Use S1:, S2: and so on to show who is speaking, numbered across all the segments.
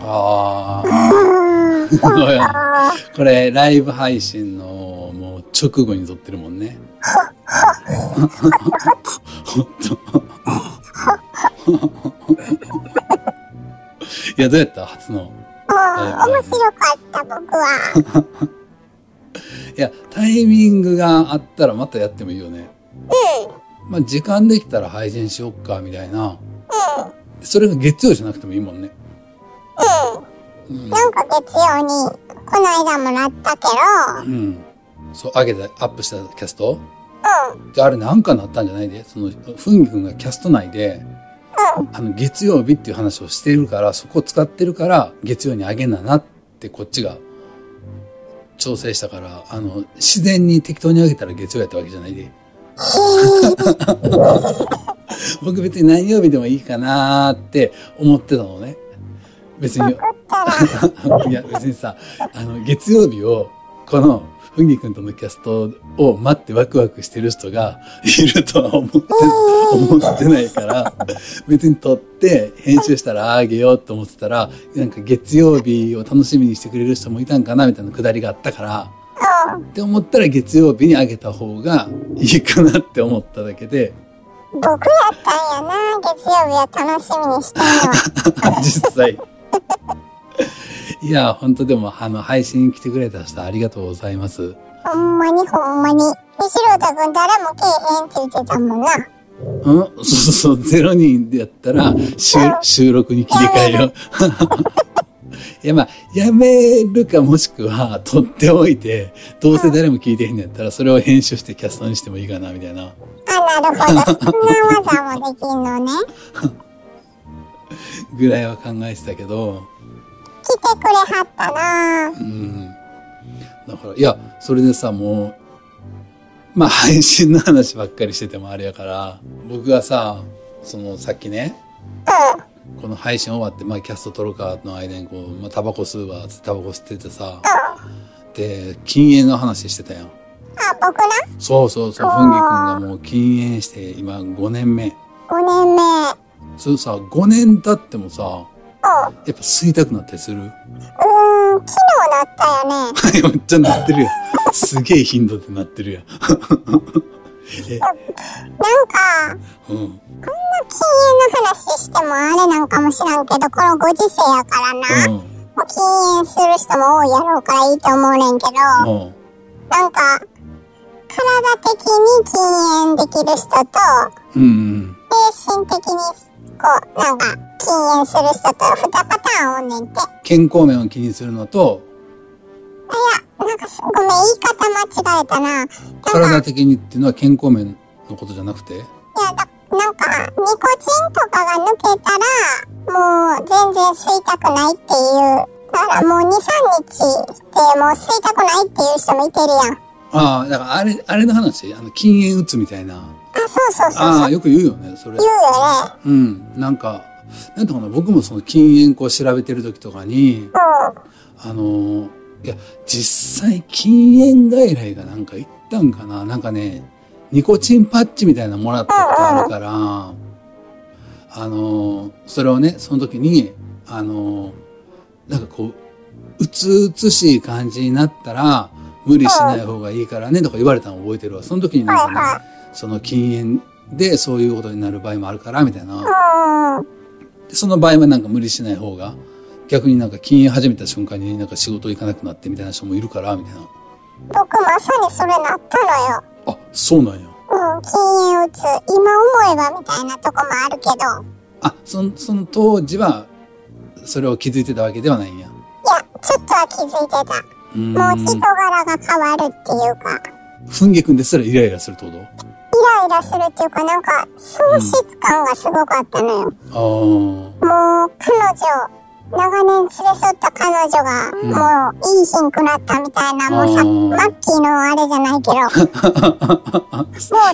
S1: あ
S2: うん
S1: あ。そうや
S2: あー
S1: これ、ライブ配信の、もう、直後に撮ってるもんね。ほんと。いや、どうやった初の。
S2: もう面白かった僕は。
S1: いや、タイミングがあったらまたやってもいいよね。
S2: うん
S1: まあ、時間できたら配信しよっか、みたいな。
S2: うん
S1: それが月曜じゃなくてもいいもんね。
S2: うん。なんか月曜にこの間もらったけど、
S1: うん。そう、上げた、アップしたキャスト
S2: うん
S1: であれなんかなったんじゃないで。その、ふんぎくんがキャスト内で、
S2: うん
S1: あの、月曜日っていう話をしてるから、そこを使ってるから、月曜にあげんななって、こっちが、調整したから、あの、自然に適当にあげたら月曜やったわけじゃないで。 僕別に何曜日でもいいかなーって思ってたのね。別に、
S2: たら
S1: いや、別にさ、あの、月曜日を、この、ふんぎくんとのキャストを待ってワクワクしてる人がいるとは思って、思ってないから、別に撮って編集したらあげようと思ってたら、なんか月曜日を楽しみにしてくれる人もいたんかなみたいなくだりがあったから、って思ったら月曜日にあげた方がいいかなって思っただけで、
S2: 僕やったんやな月曜日は楽しみにしてるのは。
S1: 実際。いや、本当でも、あの、配信に来てくれた人ありがとうございます。
S2: ほんまにほんまに。で、しろたくん誰もけえへんって言ってたもんな。
S1: うんそうそうそう、ゼロ人でやったら、収収録に切り替えよう。いや、まあ、やめるかもしくは、取っておいて、どうせ誰も聞いてへんのやったら、それを編集してキャストにしてもいいかな、みたいな。
S2: あ、なるほど。そんな技もできんのね。
S1: ぐらいは考えてたけど、
S2: 来てくれはったなぁ。
S1: うん。だから、いや、それでさ、もう、まあ、配信の話ばっかりしててもあれやから、僕がさ、その、さっきね、この配信終わって、まあ、キャスト撮るかの間にこう、まあ、タバコ吸うわ、つってタバコ吸っててさ、で、禁煙の話してたやん。
S2: あ、僕な
S1: そうそうそう、ふんぎくんがもう禁煙して、今5年目。
S2: ?5 年目。
S1: そうさ、5年経ってもさ、
S2: おう。
S1: やっぱ吸いたくなったりする
S2: う ーん、昨日なったよね。
S1: いやめっちゃなってるやん。すげえ頻度でなってるやん。 え、
S2: なんか、
S1: うん。
S2: 禁煙の話してもあれなんかもしらんけど、このご時世やからな。
S1: う
S2: も
S1: ん。
S2: う禁煙する人も多いやろうからいいと思うねんけど、
S1: うん。
S2: なんか、体的に禁煙できる人と、
S1: うんうん。
S2: 精神的にこうなんか禁煙する人と2パターンおんねんてい
S1: 健康面を気にするのと、
S2: やなんかすごめん言い方間違えたななんかいや
S1: 体的にっていうのは健康面のことじゃなくて
S2: だなんかニコチンとかが抜けたらもう全然吸いたくないっていうだからもう23日でもう吸いたくないっていう人もいてるやん
S1: ああ、だからあれ、あれの話あの、禁煙打つみたいな。
S2: あそうそうそう
S1: あ
S2: そ
S1: あ、
S2: う
S1: よく言うよね、それ
S2: 言。うよね
S1: うん。なんか、なんとかな、僕もその禁煙こう調べてる時とかに、あのーいや、実際禁煙外来がなんか行ったんかななんかね、ニコチンパッチみたいなのもらったことあるから、あのーそれをね、その時に、あのーなんかこう、うつうつしい感じになったら、無理しない方がいいからね、とか言われたの覚えてるわ。その時になん
S2: はいは
S1: かね、その禁煙でそういうことになる場合もあるから、みたいな。
S2: うんうん
S1: でその場合はなんか無理しない方が、逆になんか禁煙始めた瞬間になんか仕事行かなくなってみたいな人もいるから、みたいな。
S2: 僕まさにそれなったのよ
S1: あ、そうなん
S2: うん
S1: や。
S2: 禁煙打つ今思えばみたいなとこもあるけど
S1: あ、その、その当時は、それを気づいてたわけではないんや。
S2: いや、ちょっとは気づいてた。
S1: うー
S2: もう人
S1: ん。
S2: 柄が変わるっていうか、
S1: ふんげくんですらイライラするってこと
S2: イライラするっていうか、なんか、喪失感がすごかったのよ。もう、
S1: あ
S2: 彼女、長年連れ添った彼女が、もういい品くなったみたいな、もう
S1: あ
S2: さ、
S1: ー
S2: マッキーのあれじゃないけど、もう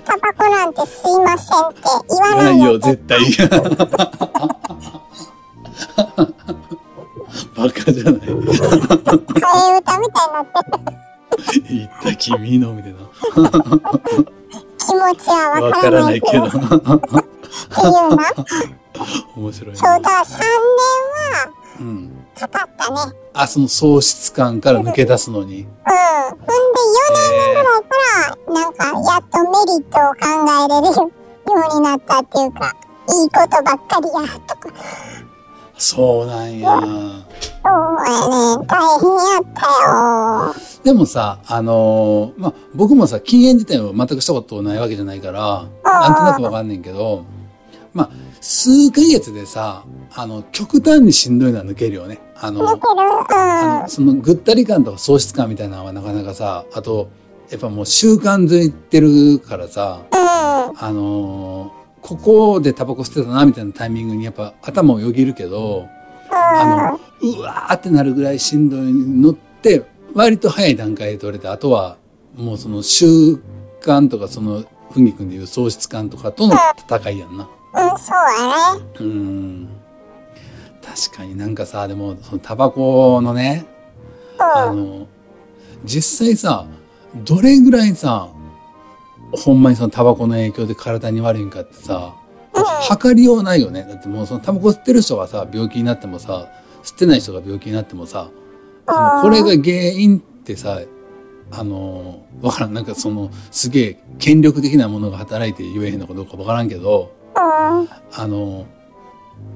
S2: タバコなんて吸いませんって言わな
S1: ないい
S2: よ
S1: よ、
S2: って。
S1: 絶対。 バカじゃない。
S2: 替え歌みたいになってる
S1: 言った君の、みたいな。
S2: 気持ちはわ
S1: わ
S2: か
S1: からら
S2: な
S1: ないい
S2: け
S1: け
S2: ど。
S1: ど
S2: っていう。な。
S1: 面白い
S2: そうだ
S1: な。、
S2: 3年は
S1: うん。
S2: かかったね。
S1: あ、その喪失感から抜け出すのに。
S2: うん。ほんで4年ぐらいから、なんか、やっとメリットを考えれるようになったっていうか、いいことばっかりや、とか。
S1: そうなんや。
S2: そうやね、大変やったよ。
S1: でもさ、あのーまあ、僕もさ、禁煙自体は全くしたことないわけじゃないから、なんとなくわかんねんけど、まあ、数ヶ月でさ、あの、極端にしんどいのは抜けるよね。あの、
S2: 抜ける
S1: あのそのぐったり感とか喪失感みたいなのはなかなかさ、あと、やっぱもう習慣づいてるからさ、
S2: うん。うん。
S1: あのーここでタバコ捨てたなみたいなタイミングにやっぱ頭をよぎるけど、あの、うわーってなるぐらいしんどいのって、割と早い段階で取れて、あとは、もうその習慣とか、その、ふんぎくんでいう喪失感とかとの戦いやんな。
S2: うん、そうやね。
S1: うーん。確かになんかさ、でも、そのタバコのね、あ
S2: うん。
S1: の、実際さ、どれぐらいさ、ほんまにそのタバコの影響で体に悪いんかってさ、測りようないよね。だってもうそのタバコ吸ってる人がさ、病気になってもさ、吸ってない人が病気になってもさ、あ
S2: あー
S1: のこれが原因ってさ、あの、わからん。なんかその、すげえ権力的なものが働いて言えへんのかどうかわからんけど、
S2: うん。うん。
S1: あの、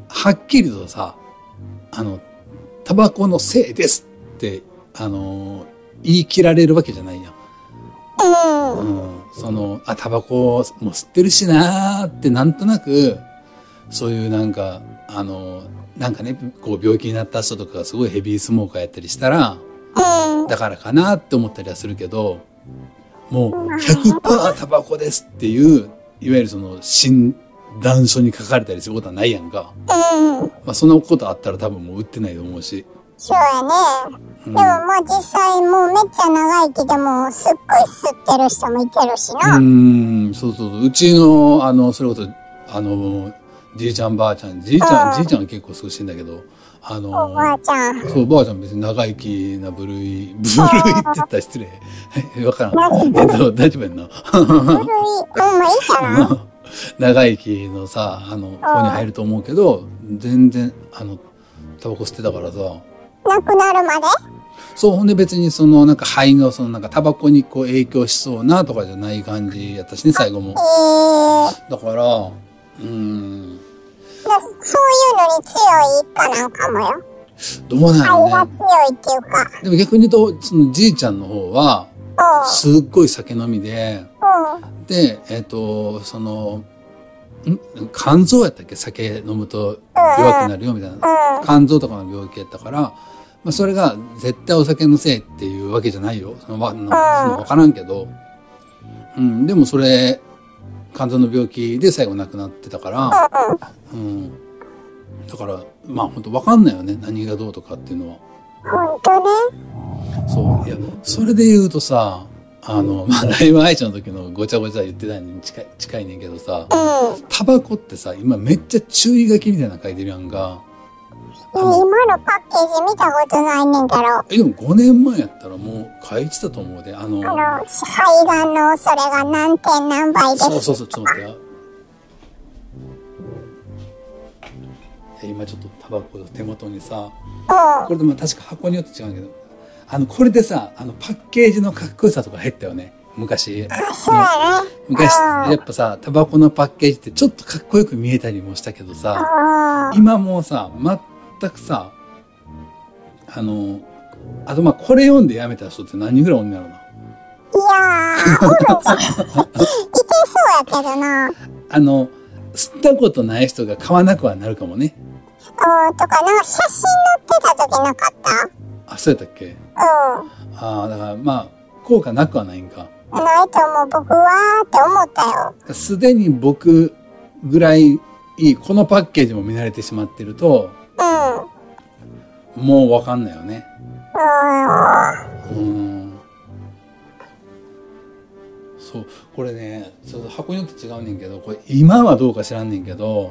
S1: はっきりとさ、あの、タバコのせいですって、あの、言い切られるわけじゃないやん。うん。その、あ、タバコも吸ってるしなーって、なんとなく、そういうなんか、あの、なんかね、こう病気になった人とかがすごいヘビースモーカーやったりしたら、
S2: うん。
S1: だからかなって思ったりはするけど、もう100%タバコですっていう、いわゆるその診断書に書かれたりすることはないやんか。
S2: うん。
S1: まあ、そんなことあったら多分もう売ってないと思うし。
S2: そうやね。
S1: う
S2: で
S1: ん
S2: ももう実際もうめっちゃ長生きでもうすっごい吸ってる人もいてるしな。う
S1: う
S2: ん。
S1: ん、そうそうそう。うちの、あの、それこそ、あの、じいちゃんばあちゃん、じいちゃ
S2: あ
S1: ん、
S2: ー
S1: じいちゃんは結構少しいんだけど、あ
S2: おば
S1: の
S2: あ、ちゃん。うん。
S1: そう、ばあちゃん別に長生きな部類、部類って言ったら失礼。 えわからん。えっと、大丈夫やんな。
S2: 古い。うん、まあいいじゃない
S1: まあ 長生きのさあの方に入ると思うけど全然あのタバコ吸ってたからさ
S2: なくなるまで
S1: そうほんで別にそのなんか肺のそのなんかタバコにこう影響しそうなとかじゃない感じやったしね最後も
S2: えー、
S1: だからうーん
S2: だそういうのに強いかなんかもよ。
S1: どうなん
S2: 愛
S1: や
S2: が
S1: ろね
S2: 強いっていうか。
S1: でも逆に言うとそのじいちゃんの方はすっごい酒飲みで
S2: うん。うん。
S1: でえっ、とそのん肝臓やったっけ酒飲むと弱くなるよみたいな
S2: うん。
S1: 肝臓とかの病気やったから、まあ、それが絶対お酒のせいっていうわけじゃないよ。そのわそのわからんけど、うん、でもそれ、肝臓の病気で最後亡くなってたから、うん、だから、まあ本当わかんないよね。何がどうとかっていうのは。
S2: ほんとね。
S1: そう。いや、それで言うとさ、あの、まあ、ライブ配信の時のごちゃごちゃ言ってたのに近い、近いねんけどさ、
S2: うん。
S1: タバコってさ、今めっちゃ注意書きみたいなの書いてるやんか。あ
S2: 今
S1: の
S2: のパッケージ見たことないねんけど、あ
S1: えでも5年前やったらもう書いてたと思うであの
S2: の、肺がんの恐れが何点何倍です。
S1: そうそうそうちょっと待ってよえ今ちょっとタバコを手元にさ
S2: うん。
S1: これでも確か箱によって違うんだけどあのこれでさあのパッケージのかっこよさとか減ったよね昔
S2: そうやね。
S1: 昔
S2: あー
S1: やっぱさタバコのパッケージってちょっとかっこよく見えたりもしたけどさ、
S2: うん。
S1: 今もうさ全くさあのあとまあこれ読んでやめた人って何人ぐらいおんねやろない
S2: やー、おるんじゃないいけそうやけどな。
S1: あの、吸ったことない人が買わなくはなるかもね。
S2: うん、とか、なんか写真載ってた時なかった
S1: あ、そうやったっけ
S2: うん。
S1: ああ、だからまあ、効果なくはないんか。
S2: ないと思う。僕はーって思ったよ。
S1: すでに僕ぐらいいい、このパッケージも見慣れてしまってると、
S2: うん。
S1: もうわかんないよね。
S2: う
S1: うん。そう、これね、ちょっと箱によって違うねんけど、これ今はどうか知らんねんけど、
S2: ん。うん。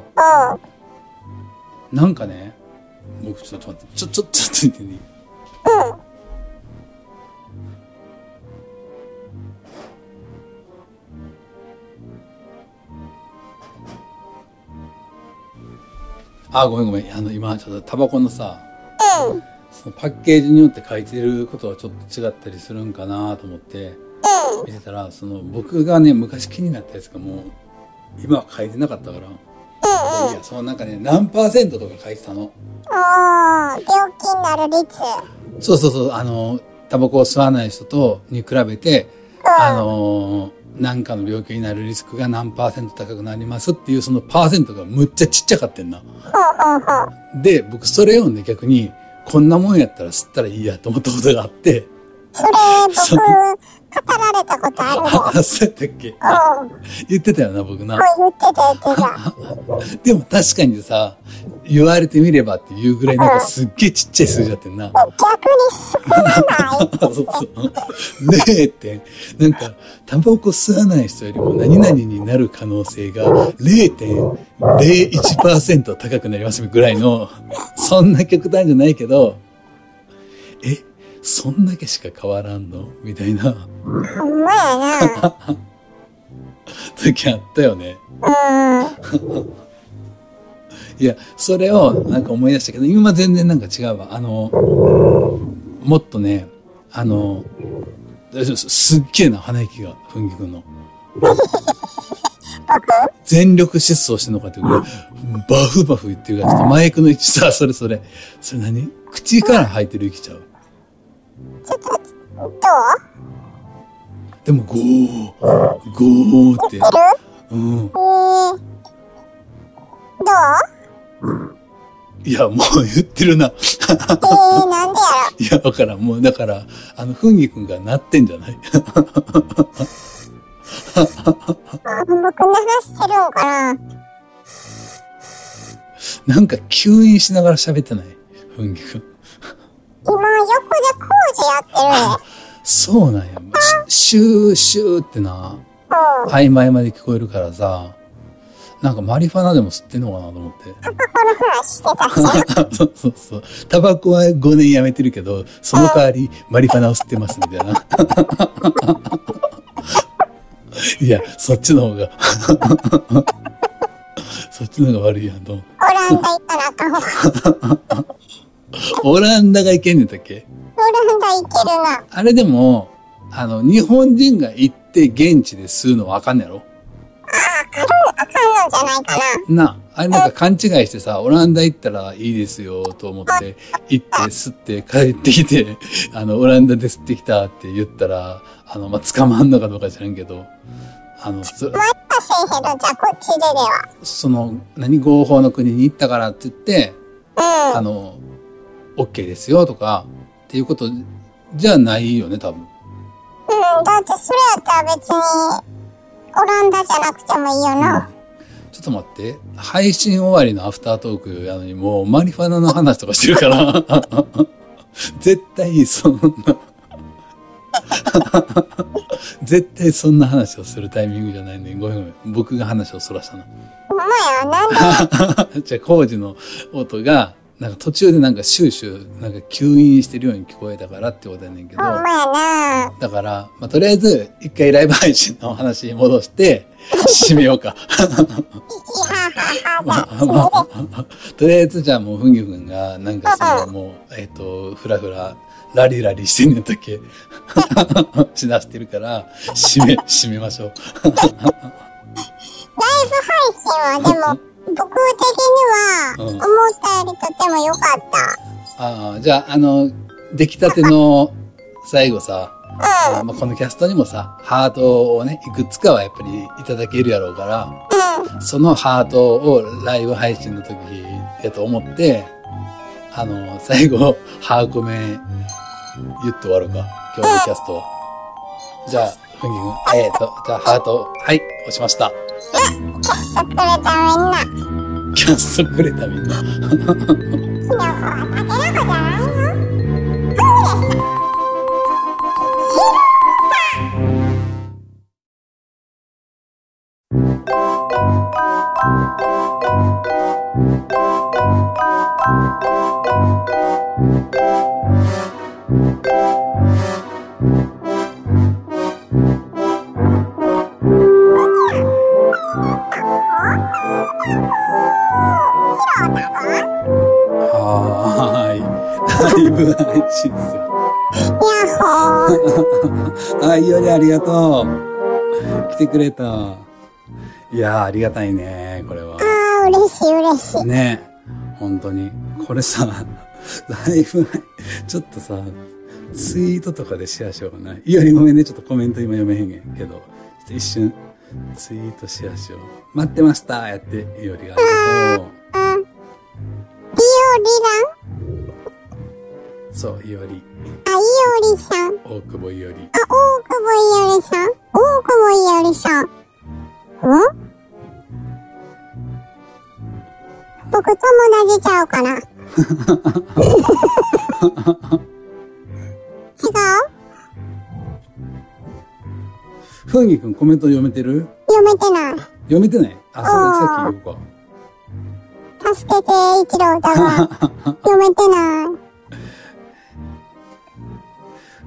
S1: なんかね、僕ちょっと待って、ちょ、ちょ、ちょっと言ってね。あ、ごめんごめん。あの、今、ちょっとタバコのさ、
S2: うん。うん。
S1: そのパッケージによって書いてることはちょっと違ったりするんかなと思って見てたらその僕がね昔気になったやつがもう今は書いてなかったから、いやそのなんかね何パーセントとか書いてたの
S2: おー、病気になる率。
S1: そうそうそうあのタバコを吸わない人とに比べてあの何かの病気になるリスクが何パーセント高くなりますっていうそのパーセントがむっちゃちっちゃかってんな
S2: ほうほうほう。
S1: で僕それをね逆にこんなもんやったら吸ったらいいやと思ったことがあって
S2: それ、僕、語られたことあるもん。
S1: あそうやったっけ
S2: うん。もう
S1: 言ってたよな僕な
S2: 言ってた言ってた。
S1: でも確かにさ、言われてみればっていうぐらいなんかすっげえちっちゃい数字だってんな。
S2: 逆に少なない。
S1: そうそう。 ねえって、なんか、タバコ吸わない人よりも何々になる可能性が0.01%高くなりますぐらいの、そんな極端じゃないけど、え、そんだけしか変わらんのみたいな
S2: ほんまやな。
S1: 時あったよね。
S2: うん。
S1: いや、それをなんか思い出したけど、今は全然なんか違うわ。あの、もっとね、あの、大丈夫ですすっげえな、鼻息が、ふんぎくんの。全力疾走してんのかっていうぐらい、バフバフ言ってるから、ちょっとマイクの位置さ、それそれ。それ何口から吐いてる息ちゃう。
S2: ちょっと、どう
S1: でも、ゴー、ゴーって。
S2: いる
S1: うん。
S2: えー、どう
S1: いや、もう言ってるな。
S2: えー、なんでやろ
S1: いや、だからんもう、だから、あの、ふんぎくんが鳴ってんじゃない
S2: あ僕流してるんかな
S1: なんか吸引しながら喋ってないふんぎくん。
S2: 今、横で工事やってるね。
S1: そうなんや。しシューシューってな、
S2: うん。
S1: 曖昧まで聞こえるからさ、なんかマリファナでも吸って んのかなと思っ
S2: タコの話してたし。
S1: て。そうそうそう。タバコは5年やめてるけど、その代わりマリファナを吸ってますみたいな。 いや、そっちの方が。そっちの方が悪いやんと思う。
S2: オランダ行ったらあかんわ。
S1: オランダがいけんねんだっけ
S2: オランダ行けるな。
S1: あれでも、あの、日本人が行って現地で吸うのはあかんねやろ
S2: あかんのじゃないかな。
S1: なあ、あれなんか勘違いしてさ、オランダ行ったらいいですよと思って、行って吸って帰ってきて、 あの、オランダで吸ってきたって言ったら、あの、まあ、捕まんのかどうか知らんけど、あの、そ
S2: 前はせえへんのじゃ、こっちでで
S1: その、何合法の国に行ったからって言って、
S2: は。
S1: あ
S2: うん。
S1: の、OK ですよとか、っていうことじゃないよね、多分。
S2: うん、だってそれやったら別に、オランダじゃなくてもいいよな。
S1: ちょっと待って。配信終わりのアフタートークやのにもうマリファナの話とかしてるから。 絶対そんな。 絶対そんな話をするタイミングじゃないんで、ごめんごめん。僕が話をそらしたの。
S2: ほんまや、なんで、
S1: じゃあ、工事の音が、なんか途中でなんかシューシュー、なんか吸引してるように聞こえたからってことやねんけど。
S2: ほんまや な。
S1: だから、まあ、とりあえず、一回ライブ配信のお話に戻して、締めようか。
S2: いちははは
S1: ま
S2: だ。
S1: あまあ、 とりあえずじゃあもうふんぎゅくんがなんかそのもうえっ、とふらふらラリラリしてんねんだっけ しだしてるから締め締めましょう
S2: ライブ配信はでも、僕的
S1: うん
S2: には、思ったよりとても良かった。
S1: ああじゃああの出来た ての最後さ、
S2: うん、
S1: まあ、このキャストにもさハートをねいくつかはやっぱりいただけるやろうから
S2: うん、
S1: そのハートをライブ配信の時やと思ってあの最後ハーコメ言って終わろうか今日のキャストはじゃあふんぎくんえっ、とじゃあハートはい押しました
S2: 作れたみんな。
S1: キャストくれたみんな
S2: キノコはタケノコじゃない
S1: はーい。だいぶ配信する。
S2: やっほー。
S1: あ、いよりありがとう。来てくれた。いやー、ありがたいね、これは。
S2: あー、嬉しい嬉しい。
S1: ね本当に。これさ、 だいぶ、ちょっとさ、ツイートとかでシェアしようかな。いよりごめんね、ちょっとコメント今読めへんけど、ちょっと一瞬、ツイートシェアしよう。待ってましたやって、いよりがありがとう。
S2: うん。リ
S1: そう、いよ
S2: オリラ
S1: り。
S2: ンあ、いおりさん。
S1: 大久保いより。
S2: あ、大久保いおりさん。大久保いおりさん。ん僕友達ちゃうかな。違う
S1: ふうぎくんコメント読めてる
S2: 読めてない。
S1: 読めてないあ、そうだ、さっき言うか。
S2: 助けて、一郎だわ。読めてない。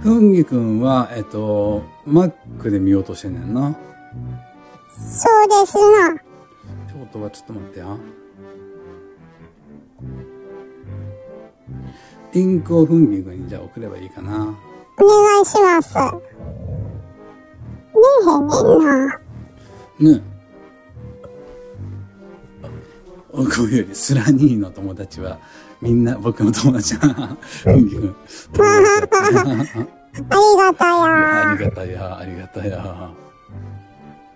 S1: ふんぎくんは、えっと、Mac で見ようとしてんねんな。って
S2: そうですな。
S1: ことは、ちょっと待ってや。リンクをふんぎくんにじゃあ送ればいいかな。
S2: お願いします。ねえへんねんな。
S1: ね僕よりスラニーの友達は、みんな僕の友達は、ふんぎくん。
S2: ありがたや。
S1: ありがたや、ありがたや。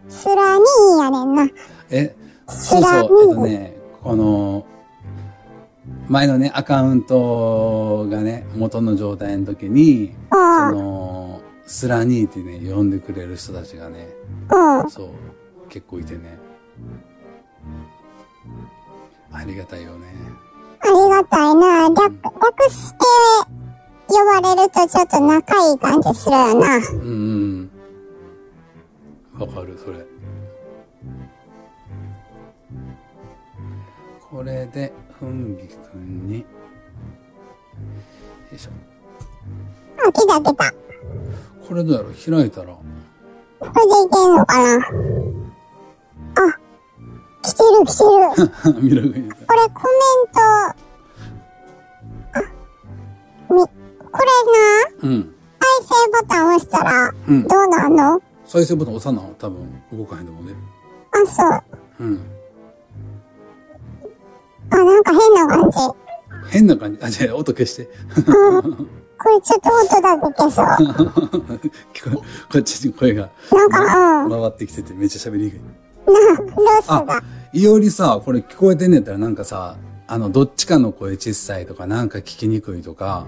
S2: スラニーやねんな。
S1: え、そう
S2: 知らん
S1: そう、えっとね、この、前のね、アカウントがね、元の状態の時に、そ
S2: うん。
S1: の、スラニーってね、呼んでくれる人たちがね、
S2: うん。
S1: そう、結構いてね。ありがたいよね。
S2: ありがたいな。略、略して呼ばれるとちょっと仲いい感じするよな。
S1: うんうんうん。わかる、それ。これで、ふんぎくんに、よいしょ。
S2: あ、来た来た。
S1: これどうやろう開いたら。
S2: これでいけんのかな。あ、来てる来てる。
S1: ミラクル
S2: これコメント、あ、み、これな、
S1: うん。
S2: 再生ボタン押したら、
S1: うん
S2: どうなんの、あ、
S1: 再生ボタン押さな多分動かへんと思うね。
S2: そう。あ、
S1: うん。
S2: なんか変な感じ。
S1: 変な感じ。あ、じゃあ音消して。
S2: これちょっと音だけ消そう。
S1: 聞こえ、こっちに声が
S2: なんか、うん。な、
S1: 回ってきててめっちゃ喋りにくい。
S2: ロス
S1: あ
S2: が。、
S1: いおりさ、これ聞こえてんねやったらなんかさ、あの、どっちかの声小さいとか、なんか聞きにくいとか、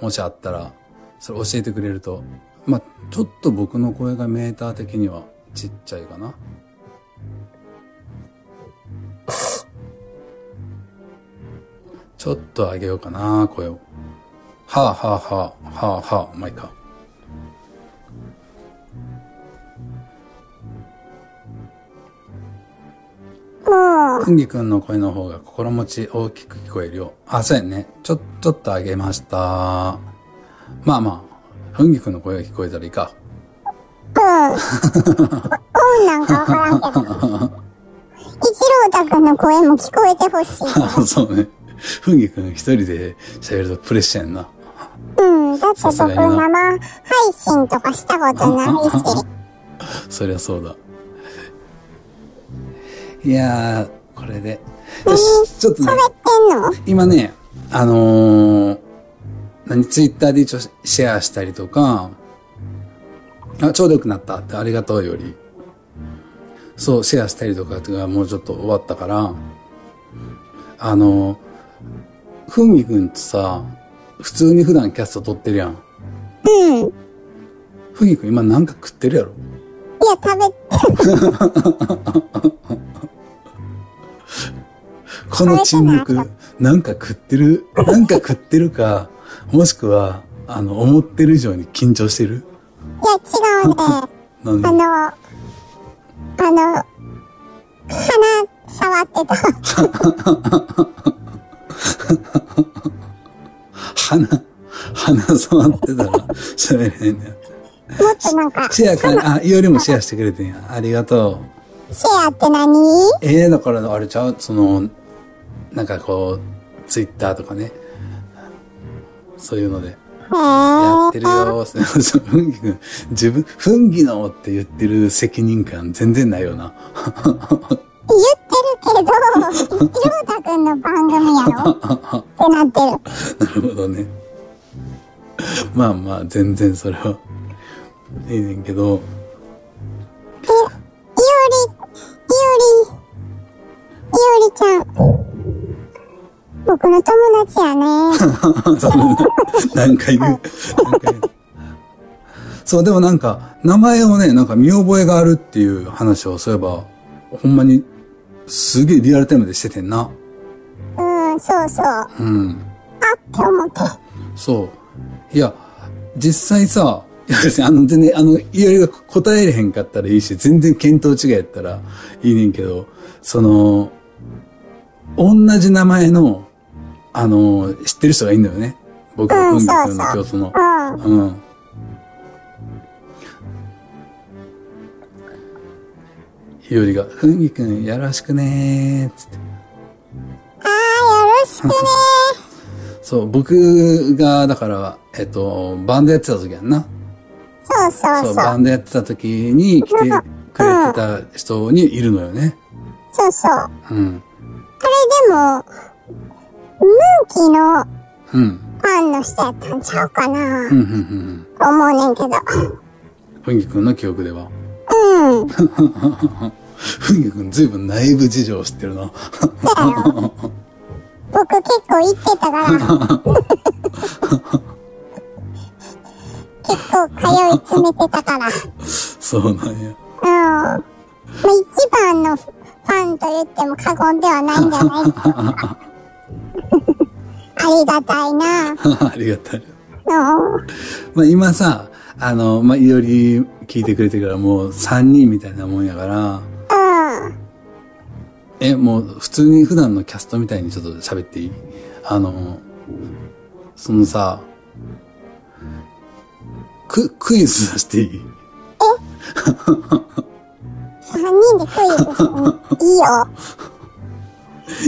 S1: もしあったら、それ教えてくれると。まあ、ちょっと僕の声がメーター的にはちっちゃいかな。ちょっと上げようかな、声を。はあ、はあはあ、はあはあ、まあ、いいか。
S2: もう、
S1: ふんぎくんの声の方が心持ち大きく聞こえるよ。あ、そうやね。ちょ、ちょっと上げました。まあまあ、ふんぎくんの声が聞こえたらいいか。
S2: うん。うんなんかわからんけど。一郎太くんの声も聞こえてほし い。
S1: そうね。ふんぎくん一人で喋るとプレッシャーやんな。
S2: うん。だって
S1: さ
S2: 僕
S1: すがにな
S2: 生配信とかしたことないし。
S1: そりゃそうだ。いやー、これで。よ
S2: 何
S1: し、ちょっとね
S2: 喋、ってんの
S1: 今ね、あのー、何、ツイッターで一応シェアしたりとか、あ、ちょうどよくなったってありがとうより、そう、シェアしたりとかっていうのがもうちょっと終わったから、あのー、ふみくんとさ、普通に普段キャスト撮ってるやん。
S2: うん。いや、
S1: ふみくん今なんか食ってるやろ
S2: 食べ、
S1: この沈黙、なんか食ってる、なんか食ってるか、もしくは、あの、思ってる以上に緊張してる
S2: いや、違うね。
S1: なんで
S2: あの、ああの、鼻触ってた。
S1: 鼻、鼻触ってたら喋れへんねん。
S2: もっとなんか、
S1: シェアか、あ、よりもシェアしてくれてんや。ありがとう。
S2: シェアって何
S1: ええだからあれちゃうそのなんかこうツイッターとかねそういうので
S2: へ
S1: や
S2: ー
S1: ってるよそうふんぎくん 自分ふんぎのって言ってる責任感全然ないよな
S2: 言ってるけど、りょ うたくんの番組やろってなってる。
S1: なるほどねまあまあ全然それはいいねんけど
S2: い、いおり、いおり、いおりちゃん。僕の友達 やね。
S1: 何回言う何回言うそう、でもなんか、名前をね、なんか見覚えがあるっていう話を、そういえば、ほんまに、すげえリアルタイムでしててんな。
S2: うん、そうそう。あっ
S1: うん。
S2: て思って。
S1: そう。いや、実際さ、いや別にあの、全然、あの、いろいろ答えれへんかったらいいし、全然見当違いやったらいいねんけど、その、同じ名前の、あの、知ってる人がいいんだよね。僕の
S2: うん
S1: 文学
S2: そう
S1: の
S2: そう
S1: 共通の。
S2: うん。
S1: うん。ひよりが、ふんぎくんよろしくねーっつって。
S2: あー、よろしくね。
S1: そう、僕が、だから、えっと、バンドやってた時やんな。
S2: そうそう
S1: そう、
S2: そ
S1: バ
S2: う。
S1: ンドやってた時に来てくれてた人にいるのよね。
S2: そうそう。
S1: うん。
S2: あれでも、ムーキーの
S1: うん。
S2: ファンの人やったんちゃうかな
S1: う。ん、うん、うん。
S2: と思うねんけど。
S1: ふんぎくんの記憶で
S2: う
S1: は。
S2: ん。
S1: ふんぎくんずいぶん内部事情を知ってるな。
S2: だよ。僕結構行ってたから。結構通い詰めてたから。
S1: そうなんや。
S2: うん。まあ、一番のファンと言っても過言ではないんじゃないでしょうか。ありがたいな。うん。
S1: ありがたい。まあ、今さ、あの、まあ、いより聞いてくれてからもう3人みたいなもんやから、
S2: うん。
S1: え、もう普通に普段のキャストみたいにちょっと喋っていいあの、そのさ、ク、クイズ出していい
S2: 三人でクイズするのいいよ。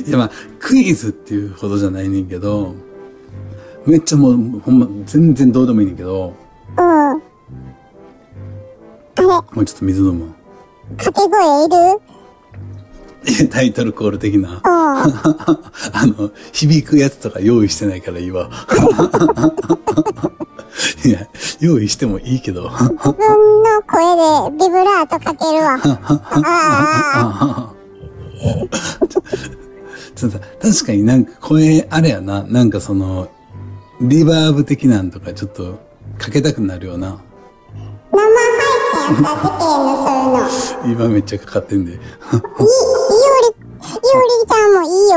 S1: いやまあ、クイズっていうほどじゃないねんけど、めっちゃもう、ほんま、全然どうでもいいねんけど、
S2: うん。あれ、
S1: もうちょっと水飲むわ。
S2: 掛け声いる
S1: いやタイトルコール的な。
S2: うん。
S1: あの、響くやつとか用意してないからいいわ。 いや、用意してもいいけど。 あ
S2: 自分の声でビブラートかけるわ。ああ、
S1: あちょっと確かになんか声、あれやな。なんかその、リバーブ的なんとかちょっとかけたくなるよな。
S2: 生配信やったらで
S1: 今めっちゃかかってんで。
S2: きへんの、そう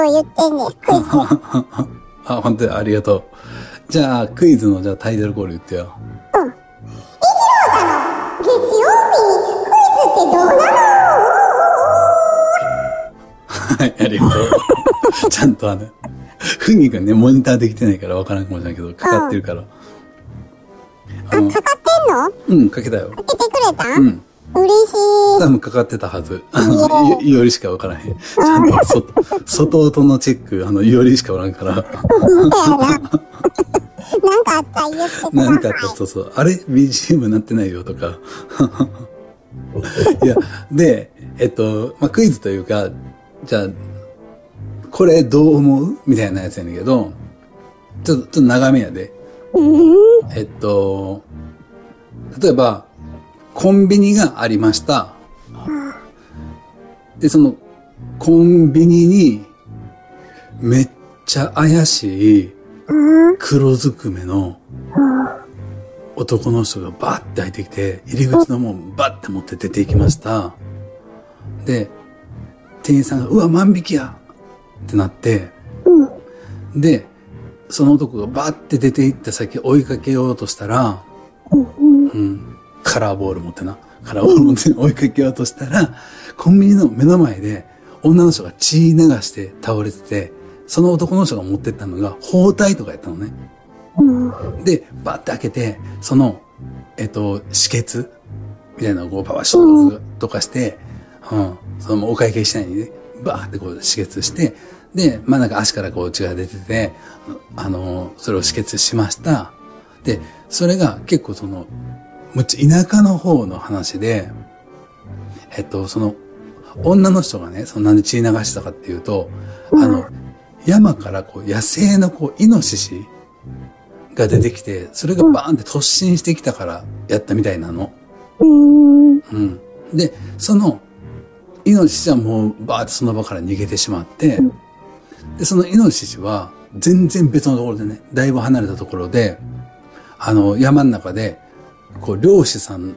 S2: いうの。い、いおり、いおりちゃんもいいよ言ってんねん。クイズ。
S1: あ、本当にありがとう。じゃあ、クイズのじゃあタイトルコール言ってよ。
S2: 月曜日にクイズってどうなの
S1: はい、ありがとう。ちゃんとあの、ふんぎくんね、モニターできてないからわからんかもしれないけど、かかってるから。あの、
S2: かかってんの
S1: うん、かけたよ。
S2: かけてくれた
S1: うん。
S2: 嬉しい。
S1: 多分かかってたはず。あの、いいよ りしかわからへん。ちゃんと、外、外音のチェック、あの、いよりしかおらんから。
S2: みたいな。なんかあったら言ってください。
S1: なんかあった、そうそう。あれ ?BGM なってないよとか。いや、で、えっと、まあ、クイズというか、じゃあ、これどう思うみたいなやつやねんけど、ちょっと、ちょっと長めやで。えっと、例えば、コンビニがありました。で、その、コンビニに、めっちゃ怪しい、黒ずくめの男の人がバーって入ってきて、入り口のもんバーって持って出ていきました。で、店員さんが、うわ、万引きやってなって、で、その男がバーって出て行った先追いかけようとしたら、うん、カラーボール持ってな、カラーボール持って追いかけようとしたら、コンビニの目の前で、女の人が血流して倒れてて、その男の人が持ってったのが包帯とかやったのね。
S2: うん。
S1: で、バッて開けて、その、えっと、止血みたいなのをこう、パワーショッとかして、うん、そのお会計したいにね、バーってこう止血して、で、まあなんか足からこう血が出てて、あの、それを止血しました。で、それが結構その、むっちゃ田舎の方の話で、えっと、その、女の人がね、そのなんで血流したかっていうと、あの、山からこう野生のこう、イノシシが出てきて、それがバーンって突進してきたからやったみたいなの。
S2: うん。
S1: うん。で、その、イノシシはもうバーってその場から逃げてしまって、で、そのイノシシは全然別のところでね、だいぶ離れたところで、あの、山の中で、こう、漁師さん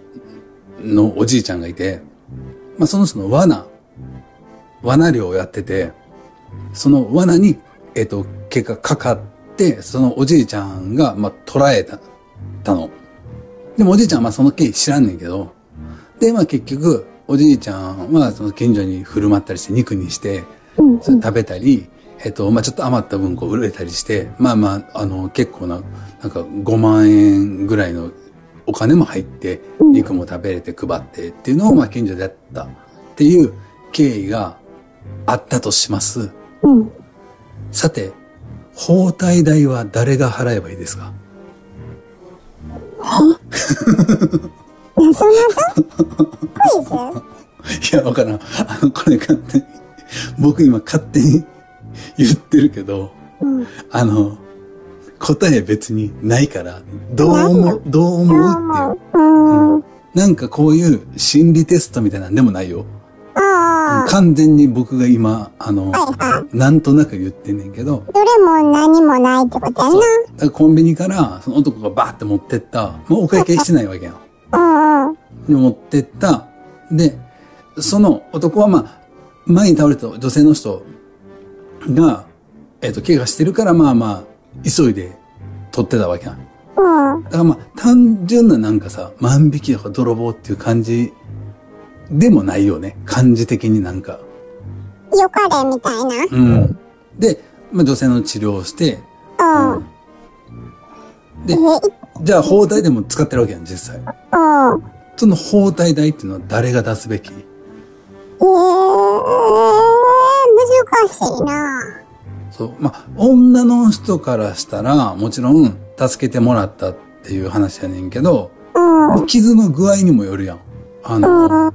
S1: のおじいちゃんがいて、まあ、その人の罠、罠漁をやってて、その罠に、えっ、と、毛がかかって、そのおじいちゃんが、まあ、捕らえた、たの。でもおじいちゃんはまあその経緯知らんねんけど、で、まあ結局、おじいちゃんはその近所に振る舞ったりして肉にして、
S2: うん。
S1: それ食べたり、えっと、まあちょっと余った分こう売れたりして、まあまあ、あの、結構な、なんか5万円ぐらいのお金も入って、
S2: うん
S1: 肉も食べれて配ってっていうのを、まあ近所でやったっていう経緯があったとします。
S2: うん。
S1: さて、包帯代は誰が払えばいいですか
S2: 謎謎クイズ
S1: いや、わからん。あの、これ勝手に、僕今勝手に言ってるけど、
S2: うん。
S1: あの、答え別にないから、どう思う、どう思うって
S2: うん。うん。
S1: いう。なんかこういう心理テストみたいなんでもないよ。
S2: ああ。
S1: 完全に僕が今、あの、
S2: はいは
S1: なんとなく言ってんねんけど、
S2: どれも何もないってことや
S1: そうだからコンビニからその男がバーって持ってった、もうお会計してないわけやん。
S2: な。うんうん。
S1: で持ってった。で、その男はまあ、前に倒れた女性の人が、えっ、と、怪我してるからまあまあ、急いで取ってたわけな
S2: う
S1: ん。
S2: ん。
S1: だからまあ、単純ななんかさ、万引きとか泥棒っていう感じでもないよね。感じ的になんか。
S2: よかれみたいな。
S1: うん。で、まあ女性の治療をして、
S2: うん。
S1: で
S2: え、、
S1: じゃあ包帯でも使ってるわけやん、実際。
S2: うん。
S1: その包帯代っていうのは誰が出すべき
S2: ええ難しいな。
S1: そう。まあ、女の人からしたら、もちろん、助けてもらったっていう話やねんけど、
S2: うん。
S1: 傷の具合にもよるやん。あの、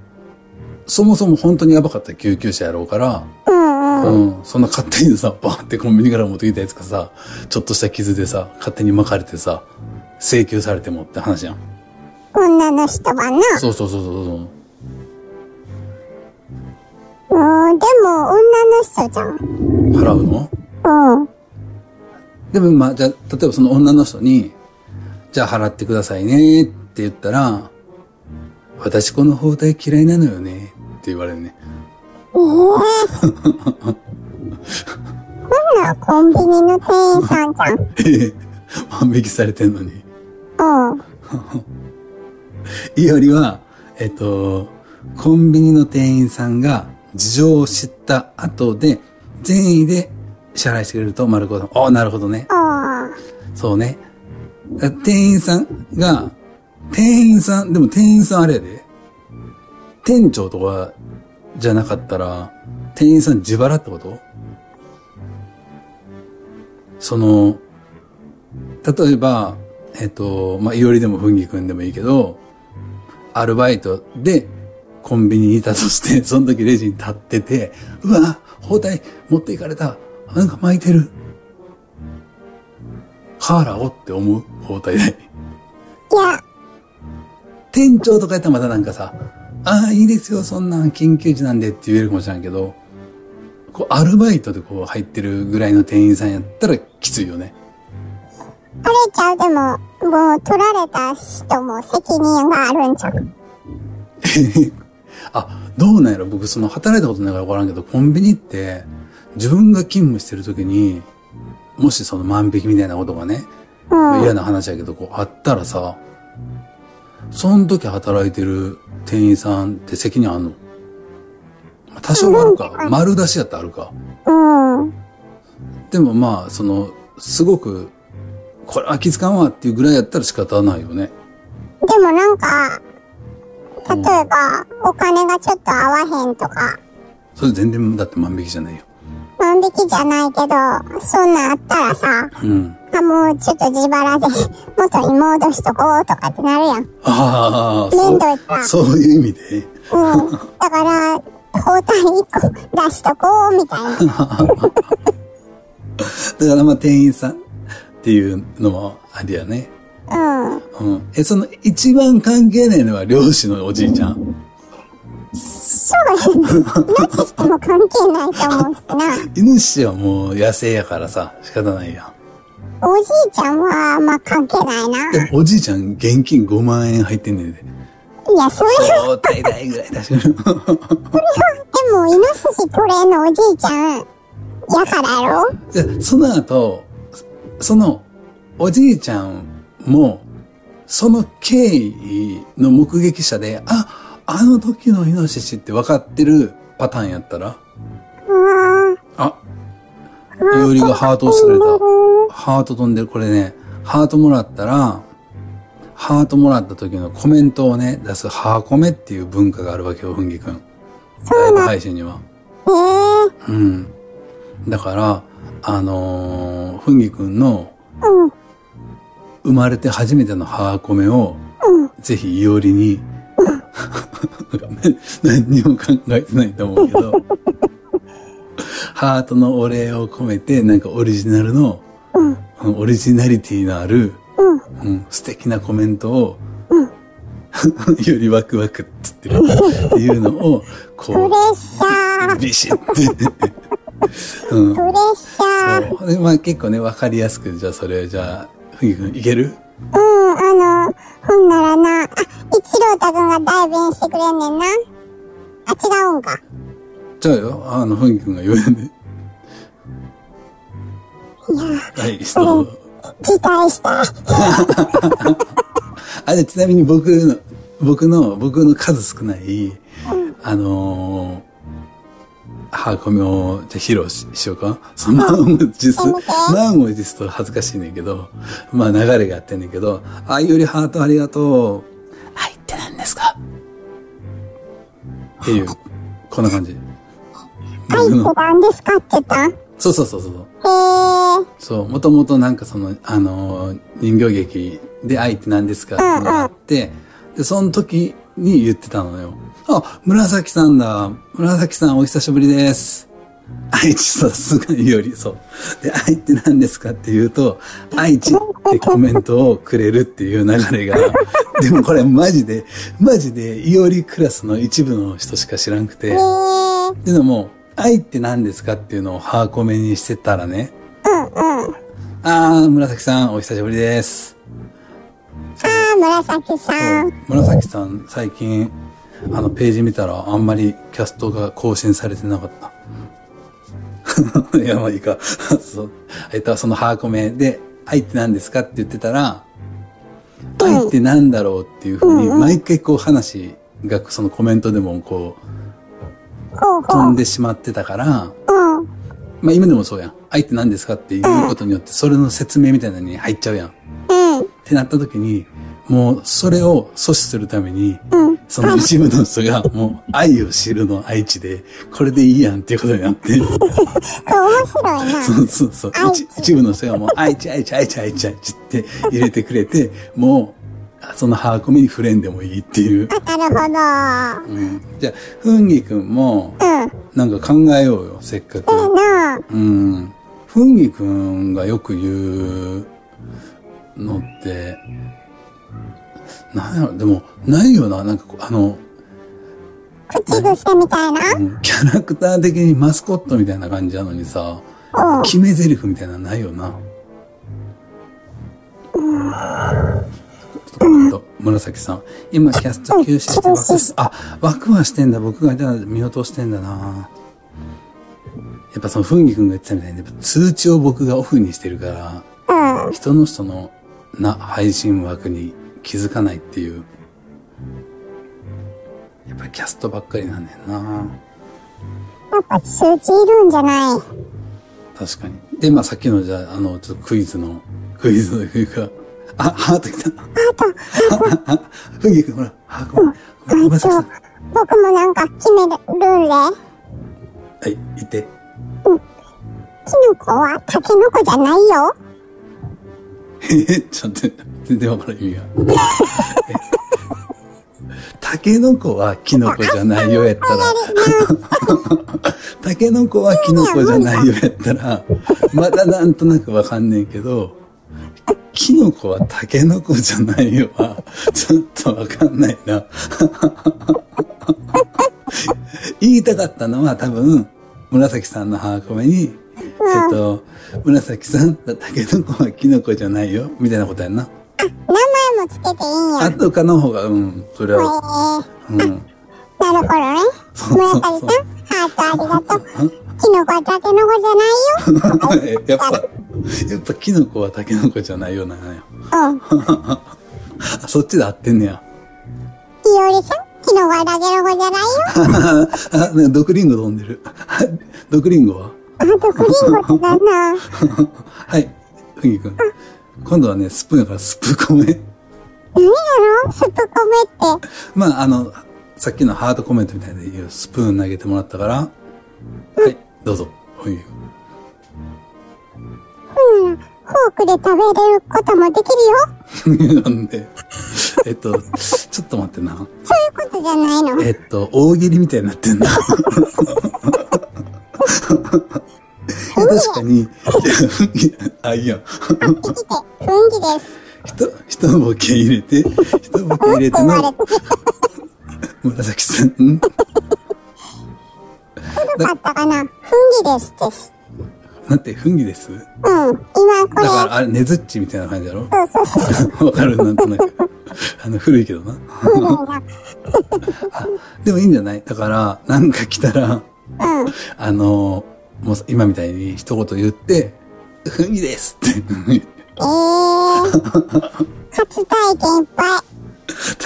S1: そもそも本当にやばかったら救急車やろうから、
S2: うんうん。
S1: うん、そんな勝手にさ、バーってコンビニから持ってきたやつがさ、ちょっとした傷でさ、勝手に巻かれてさ、請求されてもって話やん。
S2: 女の人はな。
S1: そうそうそうそうそう。
S2: うん、でも女の人じゃん。
S1: 払うの
S2: うん。
S1: でもまあ、じゃあ、例えばその女の人に、じゃあ払ってくださいねって言ったら、私この包帯嫌いなのよねって言われるね。
S2: ええこんなんコンビニの店員さんじゃん。
S1: 万引きされてんのに。
S2: うん。
S1: いよりは、えっと、コンビニの店員さんが事情を知った後で、善意で支払いしてくれると丸子さん、ああ、なるほどね。
S2: ああ。
S1: そうね。だ店員さんが、店員さん、でも店員さんあれやで。店長とかじゃなかったら、店員さん自腹ってことその、例えば、えっと、まあ、いおりでもふんぎくんでもいいけど、アルバイトでコンビニにいたとして、 その時レジに立ってて、うわ、包帯持っていかれた。なんか巻いてる。ハーラをって思う包帯
S2: い
S1: 代。
S2: や、
S1: 店長とかやったらまたなんかさ、ああ、いいですよ、そんなん緊急時なんでって言えるかもしれんけど、こう、アルバイトでこう入ってるぐらいの店員さんやったらきついよね。
S2: あれちゃう。でも、もう取られた人も責任があるんじゃん。
S1: あ、どうなんやろ僕その働いたことないから分からんけど、コンビニって自分が勤務してる時に、もしその万引きみたいなことがね、
S2: うん。
S1: 嫌な話やけど、こう、あったらさ、その時働いてる店員さんって責任あんの多少あるか。丸出しやったらあるか。
S2: うん。
S1: でもまあ、その、すごく、これは気づかんわっていうぐらいやったら仕方ないよね。
S2: でもなんか、
S1: う
S2: 例
S1: ん
S2: えば、お金がちょっと合わへんとか、
S1: それ全然、だって万引きじゃないよ。
S2: 万引きじゃないけど、そんなんあったらさ、
S1: うん。
S2: あ、もうちょっと自腹で 元に戻しとこうとかってなるやん。
S1: ああ、
S2: 面倒やった
S1: そう、そういう意味で。
S2: うん。だから、包帯1個出しとこうみたいな。
S1: だからまあ店員さんっていうのもありやね。
S2: うん。
S1: うん。え、その一番関係ないのは漁師のおじいちゃん。
S2: そうやね。なくしても関係ないと思うし な。
S1: 犬主はもう野生やからさ、仕方ないや
S2: おじいちゃんは、まあ関係ないな。
S1: ん。でもおじいちゃん現金5万円入ってんねんで。
S2: いや、そういう、
S1: 交代代ぐらい出してる。
S2: でも、イノシシトレーのおじいちゃん、やからやろ
S1: じゃあその後、そのおじいちゃんも、その経緯の目撃者で、あ、あの時のイノシシって分かってるパターンやったら
S2: うん。
S1: あ、いおりがハートをしてくれた。ハート飛んでる。これね、ハートもらったら、ハートもらった時のコメントをね、出すハーコメっていう文化があるわけよ、ふんぎくん。ライブ配信には。
S2: えー、
S1: うん。だから、あのー、ふんぎくんの
S2: うん、
S1: 生まれて初めてのハーコメを、
S2: うん。
S1: ぜひいおりに、何にも考えてないと思うけど、ハートのお礼を込めて、なんかオリジナルの、うんオリジナリティのある、うん素敵なコメントを、よりワクワクっつってるっていうのを、
S2: プレ
S1: こ
S2: ッシャー
S1: う、、ビシッて。うん
S2: プレッシャー。
S1: そうでまあ結構ね、わかりやすく、じゃあそれをじゃあ、ふぎくんいける
S2: うん、あの、ほんならな、あ、一郎太くんが代弁してくれんねんな。あ、違うんか。
S1: じゃあよ、あの、ふんきくんが言うねんで。はい、質問。
S2: 辞退した。
S1: あ、で、ちなみに僕の、僕の、僕の数少ない、あのー、ハーコミを、じゃあ披露ししようか。その満を持す
S2: やめて、
S1: 満を持すと恥ずかしいねんけど、まあ流れがあってんねんけど、あ、ゆりハートありがとう。はいって何ですかっていう、こんな感じ。
S2: はい、
S1: 僕の
S2: って何ですかって言ったんへ
S1: そうそうそうそう。
S2: ー。
S1: そう、もともとなんかその、あのー人形劇で愛って何ですかっていうのがあって、で、その時に言ってたのよ。あ、紫さんだ。紫さんお久しぶりです。愛知さすがより、そう。で、愛って何ですかって言うと、愛知ってコメントをくれるっていう流 れが、でもこれマジで、マジで、いおりクラスの一部の人しか知らんくて、
S2: へー。
S1: でも、愛って何ですかっていうのをハーコメにしてたらね。あー、紫さん、お久しぶりです。
S2: あー、紫さん。
S1: 紫さん、最近、あの、ページ見たら、あんまりキャストが更新されてなかった。 いや、まあいいか。そう。えっと、そのハーコメで、愛って何ですかって言ってたら、
S2: うん
S1: 愛って何だろうっていうふうに、毎回こう話が、そのコメントでもこう、
S2: ほうほ
S1: 飛
S2: う。
S1: んでしまってたから、
S2: うん。
S1: まあ今でもそうやん。愛って何ですかっていうことによって、それの説明みたいなのに入っちゃうやん。っ
S2: うん。
S1: てなった時に、もうそれを阻止するために、
S2: うん。
S1: その一部の人 がもう愛を知るの愛知で、これでいいやんっていうことになっ
S2: こ
S1: て、
S2: れ面白いな。
S1: そうそうそう、一一部の人がもう愛知愛知愛知愛知愛知って入れてくれて、もう、そのハーコミに触れんでもいいっていう。
S2: あ、なるほど。
S1: うん、じゃあ、ふんぎくんも、
S2: うん。
S1: なんか考えようよ、せっかく。
S2: ええな
S1: うん。ふんぎくんがよく言うのって、なんやろ、でも、ないよな、なんかこう、あの、
S2: 口癖みたいな。
S1: うんキャラクター的にマスコットみたいな感じなのにさ、
S2: うん。
S1: 決め台詞みたいなのないよな。ちょっと待って紫さん。今、キャスト休止してワクし、あ、枠はしてんだ。僕がじゃあ見落としてんだな。やっぱその、ふんぎくんが言ってたみたいに、やっぱ通知を僕がオフにしてるから、
S2: うん。
S1: 人の人のな配信枠に気づかないっていう。やっぱりキャストばっかりなんねんな。
S2: やっぱ通知いるんじゃない
S1: 確かに。で、まあさっきのじゃあ、あの、ちょっとクイズの、クイズというか、あ、ハートきた。ハート。ふぎくん、ほら、ハート。ごめんごめんな
S2: 会
S1: さい。
S2: 長
S1: は。
S2: 僕もなんか決めるルール
S1: い、言って。
S2: キノコはタケノコじゃない よ。
S1: えちょっと、全然わからん意味が。タケノコはキノコじゃないよやったら、タケノコはキノコじゃないよやったら、まだなんとなくわかんねえけど、キノコはタケノコじゃないよは、ちょっとわかんないな。 言いたかったのは多分、紫さんの母コメに、えっと、紫さん、タケノコはキノコじゃないよ、みたいなことやんな。
S2: 名前もつけていいんや。
S1: あとかの方が、うん、それ
S2: え
S1: は、
S2: ー、
S1: うん。
S2: なるほどね。
S1: そうそうそう
S2: 紫さん、ハートありが とう。キノコはタケノコじゃないよ。
S1: やっぱ、やっぱキノコはタケノコじゃないようなんや。
S2: うん。
S1: あ、そっちで合ってんねや。
S2: いおりさん、キノコはタケノコじゃないよ。
S1: あ、なん か毒リンゴ飛んでる。毒リンゴは
S2: あとクリンゴだな。
S1: はい、ふぎくん。今度はね、スプーンやからスプーコメ。
S2: 何やろスプコメって。
S1: まあ、あの、さっきのハートコメントみたいで言うスプーン投げてもらったから。はい、どうぞ。ふぎくん。
S2: うん。フォークで食べれることもできるよ。
S1: なんで、えっと、ちょっと待ってな。
S2: そういうことじゃないの。
S1: えっと、大喜利みたいになってんだ。いや確かに、いや雰囲気あ、いいや、
S2: 生きて、雰囲気です。
S1: 人、人ボケ入れて、人ボケ入れて
S2: 生まれ
S1: の
S2: て、
S1: 紫さん、
S2: よかったかな。雰囲気ですです。
S1: なんて、ふんぎですだ
S2: うん。今これ、
S1: から、あれ、ねずっちみたいな感じだろ
S2: そうそうそう。
S1: わかる、なんとなく。あの、古いけどな。
S2: うんうん
S1: でもいいんじゃないだから、なんか来たら、
S2: うん。
S1: あの、もう今みたいに一言言って、ふんぎですって。
S2: えー。初体験いっぱい。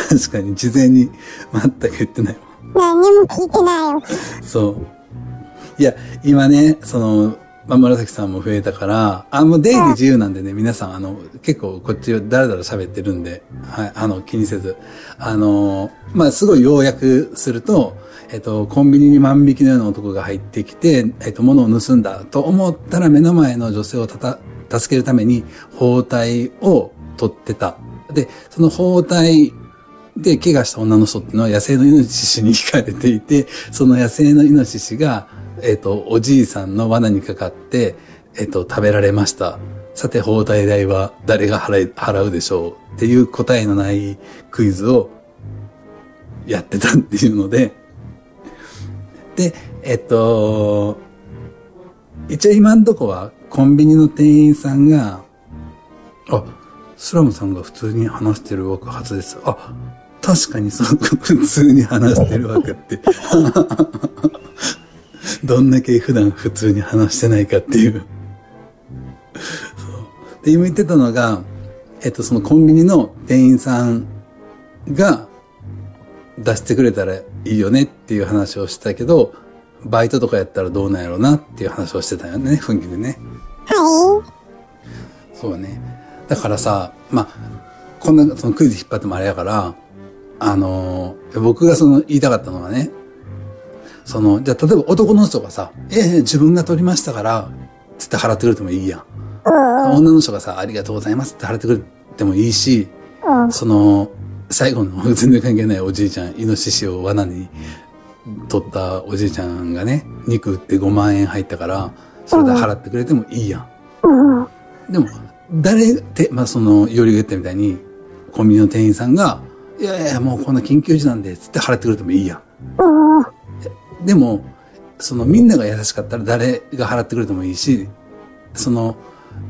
S1: 確かに事前に全く言ってないわ
S2: 何にも聞いてないよ。
S1: そう。いや、今ね、その、まあ、紫さんも増えたから、あ、もう出入り自由なんでね、皆さん、あの、結構こっちだらだら喋ってるんで、はい、あの、気にせず。あの、まあ、すごい要約すると、えっと、コンビニに万引きのような男が入ってきて、えっと、物を盗んだと思ったら目の前の女性をたた、助けるために包帯を取ってた。で、その包帯で、怪我した女の人っていうのは野生のイノシシに惹かれていて、その野生のイノシシが、えっ、と、おじいさんの罠にかかって、えっ、と、食べられました。さて、包帯代は誰が払い払うでしょうっていう答えのないクイズをやってたっていうので、で、えっ、と、一応今んとこはコンビニの店員さんが、あ、スラムさんが普通に話してる枠初です。あ、確かにそう、普通に話してる枠って。 どんだけ普段普通に話してないかっていう。そう。で、今言ってたのが、えっと、そのコンビニの店員さんが出してくれたらいいよねっていう話をしてたけど、バイトとかやったらどうなんやろうなっていう話をしてたよね、雰囲気でね。
S2: は
S1: そうね。だからさ、まあ、こんな、そのクイズ引っ張ってもあれやから、あのー僕がその言いたかったのがね、その、じゃあ例えば男の人がさ、ええ自分が取りましたから、つって払ってくれてもいいやん。女の人がさ、ありがとうございますって払ってくれてもいいし、
S2: い。うん。
S1: その、最後の全然関係ないおじいちゃん、イノシシを罠に取ったおじいちゃんがね、肉売って5万円入ったから、それで払ってくれてもいいやん。
S2: うん。
S1: でも、誰って、まあ、その、よりが言ったみたいに、コンビニの店員さんが、いやいや、もうこんな緊急時なんで、つって払ってくれてもいいや
S2: うん。
S1: ん。でも、その、みんなが優しかったら誰が払ってくれてもいいし、その、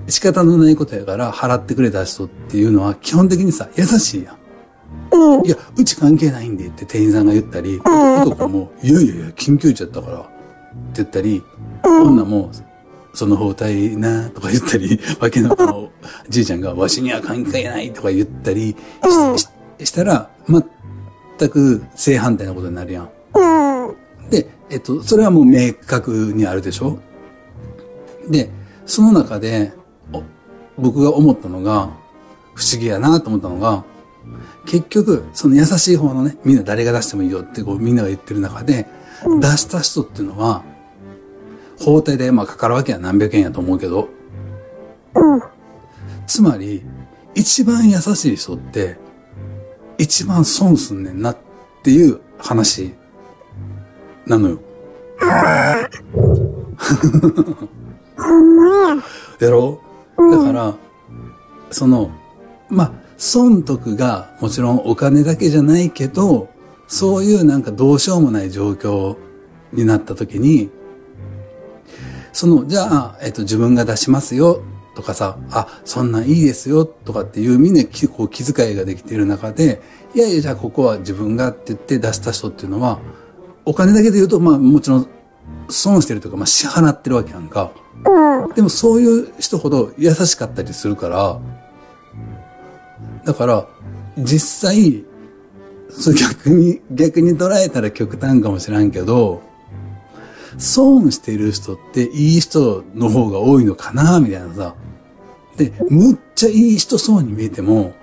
S1: 仕方のないことやから、払ってくれた人っていうのは、基本的にさ、優しいやん。
S2: うん。
S1: いや、うち関係ないんでって店員さんが言ったり、男も、いやいやいや、緊急時やったから、って言ったり、女も、その包帯なとか言ったり、 わけのわのじいちゃんが、わしには関係ないとか言ったりしししたら、全く正反対なことになるやん。
S2: うん。
S1: で、えっと、それはもう明確にあるでしょで、その中で、お僕が思ったのが、不思議やなと思ったのが、結局、その優しい方のね、みんな誰が出してもいいよってこうみんなが言ってる中で、出した人っていうのは、法廷でまあかかるわけは何百円やと思うけど、
S2: うん。
S1: つまり、一番優しい人って、一番損すんねんなっていう話なのよ。
S2: ほんまや。
S1: やろだから、その、まあ、損得がもちろんお金だけじゃないけど、そういうなんかどうしようもない状況になった時に、その、じゃあ、えっと、自分が出しますよとかさ、あ、そんなんいいですよとかっていうみんなきこう気遣いができている中で、いやいや、じゃあここは自分がって言って出した人っていうのは、お金だけで言うと、まあもちろん損してるというか、まあ支払ってるわけやんか。
S2: うん。
S1: でもそういう人ほど優しかったりするから、だから、実際、そう逆に、逆に捉えたら極端かもしらんけど、損してる人っていい人の方が多いのかな、みたいなさ。で、むっちゃいい人そうに見えても、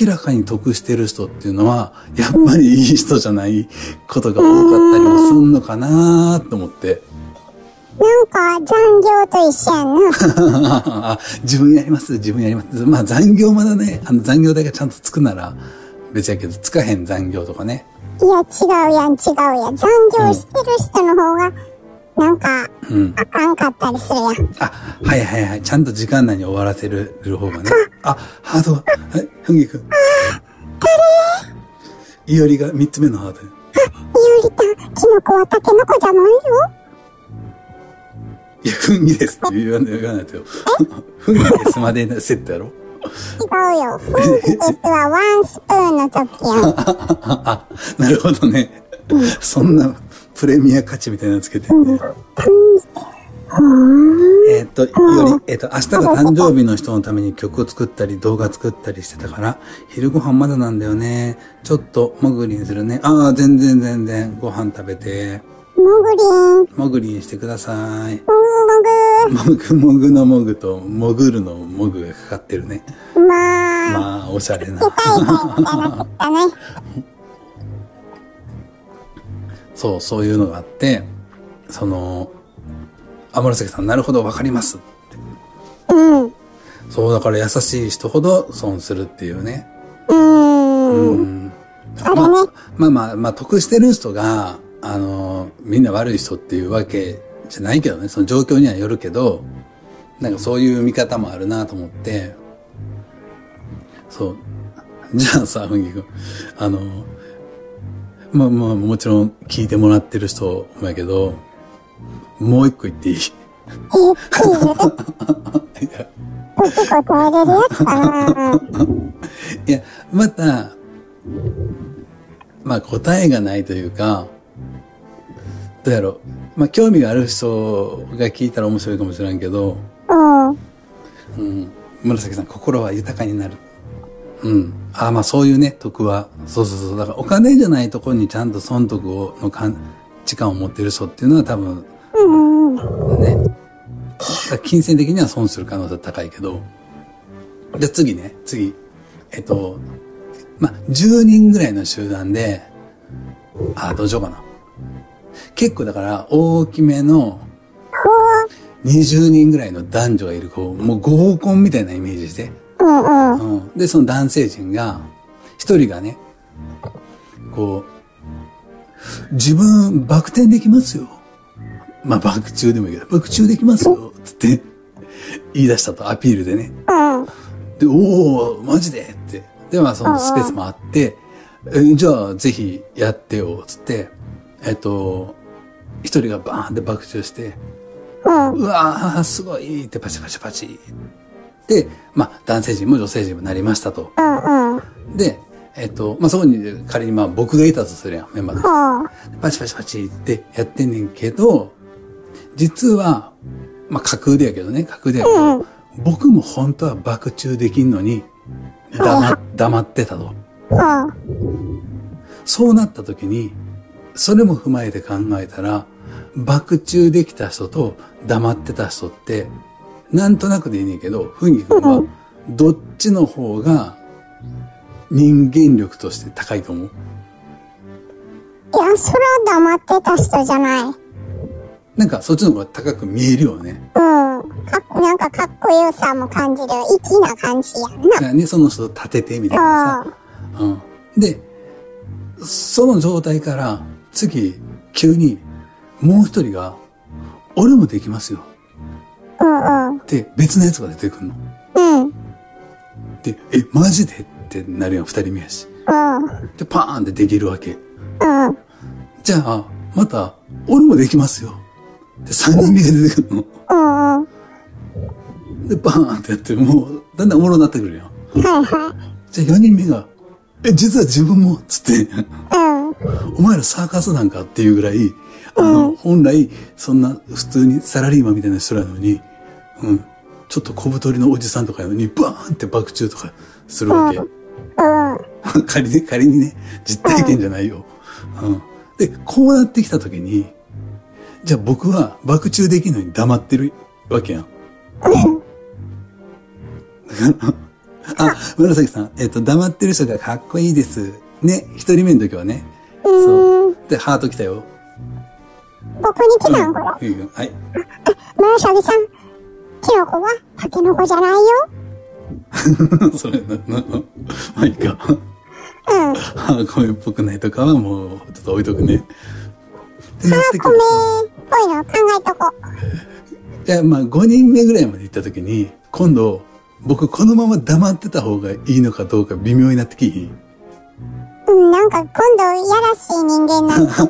S1: 明らかに得してる人っていうのは、やっぱりいい人じゃないことが多かったりもすんのかなと思って。
S2: なんか、残業と一緒やんな。
S1: あ 自分やります、自分やります。まあ残業まだね、あの残業代がちゃんとつくなら別やけど、つかへん残業とかね。
S2: いや、違うやん、違うやん。残業してる人の方が、なんか、
S1: うん。
S2: あかんかったりするやん。
S1: あ、はいはいはい。ちゃんと時間内に終わらせる方がね。あ、ハートが、はい、ふんぎくん。いおりが三つ目のハートで。
S2: ゆりたん、キノコはタケノコじゃないよ。
S1: いや、ふんぎですって言わない言わないとよ。ふんぎですまでセットやろ
S2: 違うよ。フンギですはワンスプーンの時やん。
S1: あ、なるほどね。そんなプレミア価値みたいなのつけてんね。えーっと、より、えーっと、明日が誕生日の人のために曲を作ったり、動画作ったりしてたから、昼ご飯まだなんだよね。ちょっと、もぐりにするね。ああ、全然全然、ご飯食べて。
S2: もぐりん、も
S1: もぐりにしてください。
S2: ぐ
S1: もぐもぐのもぐと、もぐるのもぐがかかってるね。
S2: もぐ。まあ、
S1: まあ、おしゃれな。
S2: 世界が行ったら行ったね。
S1: そう、そういうのがあって、その、あ、紫さん、なるほど、わかります。
S2: うん。
S1: そう、だから優しい人ほど損するっていうね。
S2: うーん。
S1: うん。
S2: あれね
S1: まあ、まあまあ、まあ、得してる人が、あの、みんな悪い人っていうわけじゃないけどね、その状況にはよるけど、なんかそういう見方もあるなと思って、そう。じゃあさ、ふんぎくん、あの、まあまあ、もちろん聞いてもらってる人もやけど、もう一個言っていい
S2: えー、チーズで、
S1: いや
S2: 結構取れるやつかな。
S1: いや、また、まあ答えがないというか、どうやろう。まあ興味がある人が聞いたら面白いかもしれんけど、
S2: うん。
S1: うん。紫さん、心は豊かになる。うん。ああ、まあそういうね、得は。そうそうそう。だからお金じゃないところにちゃんと損得を、のかん、時間を持ってる人っていうのは多分、ね。だから金銭的には損する可能性は高いけど。じゃあ次ね、次。えっと、まあ、10人ぐらいの集団で、ああ、どうしようかな。結構だから、大きめの、20人ぐらいの男女がいる、こう、もう合コンみたいなイメージして。
S2: うんうん。
S1: うん。で、その男性陣が、一人がね、こう、自分、バク転できますよ。まあ、バク中でもいいけど、バク中できますよ。つって、言い出したと、アピールでね。
S2: うん。
S1: で、おおマジでって。で、まあ、そのスペースもあって、えじゃあ、ぜひやってよ、つって、えっと、一人がバーンって爆笑して、
S2: うん。
S1: うわー、すごいってパチパチパチ。で、まあ、男性陣も女性陣もなりましたと。
S2: うんうん。
S1: で、えっと、まあ、そこに仮にまあ僕がいたとするやん、メンバーで。
S2: うん。
S1: パチパチパチってやってんねんけど、実は、まあ、架空でやけどね、架空でやけど、僕も本当は爆中できんのに、黙、黙ってたと。
S2: うん。
S1: そうなった時に、それも踏まえて考えたら、爆中できた人と黙ってた人って、なんとなくでいいねんけど、ふんぎくんは、どっちの方が人間力として高いと思う
S2: いや、それは黙ってた人じゃない。うん。
S1: なんかそっちの方が高く見えるよね。
S2: かっなんかかっこよさも感じる。粋な感じやんな。
S1: だからね、その人を立ててみたいなさ。うん。で、その状態から、次、急に、もう一人が、俺もできますよ。
S2: うんうん。
S1: って、別のやつが出てくるの。
S2: うん。
S1: で、え、マジでってなるやん、二人目やし。
S2: うん。
S1: で、パーンってできるわけ。
S2: うん。うん。
S1: じゃあ、また、俺もできますよ。で、三人目が出てくるの。
S2: うん。はい
S1: で、バーンってやって、もう、だんだんおもろになってくるやん。
S2: は
S1: じゃあ4人目が、え、実は自分も、つって、
S2: い。うん。
S1: お前らサーカスなんかっていうぐらい、あの、本来、そんな普通にサラリーマンみたいな人らのに、うん、ちょっと小太りのおじさんとかやのに、バーンって爆中とかするわけ。
S2: うん。
S1: 仮に、仮にね、実体験じゃないよ。うん。で、こうなってきた時に、じゃあ僕は爆中できるのに黙ってる わけやん。だからあ、紫さん、えっ、と、黙ってる人がかっこいいです。ね、一人目の時はね。そう。で、ハート来たよ。
S2: 僕に来たんこれ。
S1: いいよはい。
S2: 村上さん、キノコはタケノコじゃないよ。
S1: それ、な、な、まあいいか。
S2: うん。
S1: ハーコメっぽくないとかはもう、ちょっと置いとくね。でなってく
S2: 米
S1: る
S2: っぽいの考えとこ。
S1: いや、まあ、5人目ぐらいまで行った時に、今度、僕このまま黙ってた方がいいのかどうか微妙になってきひん。
S2: うん、なんか今度やらしい人間なんか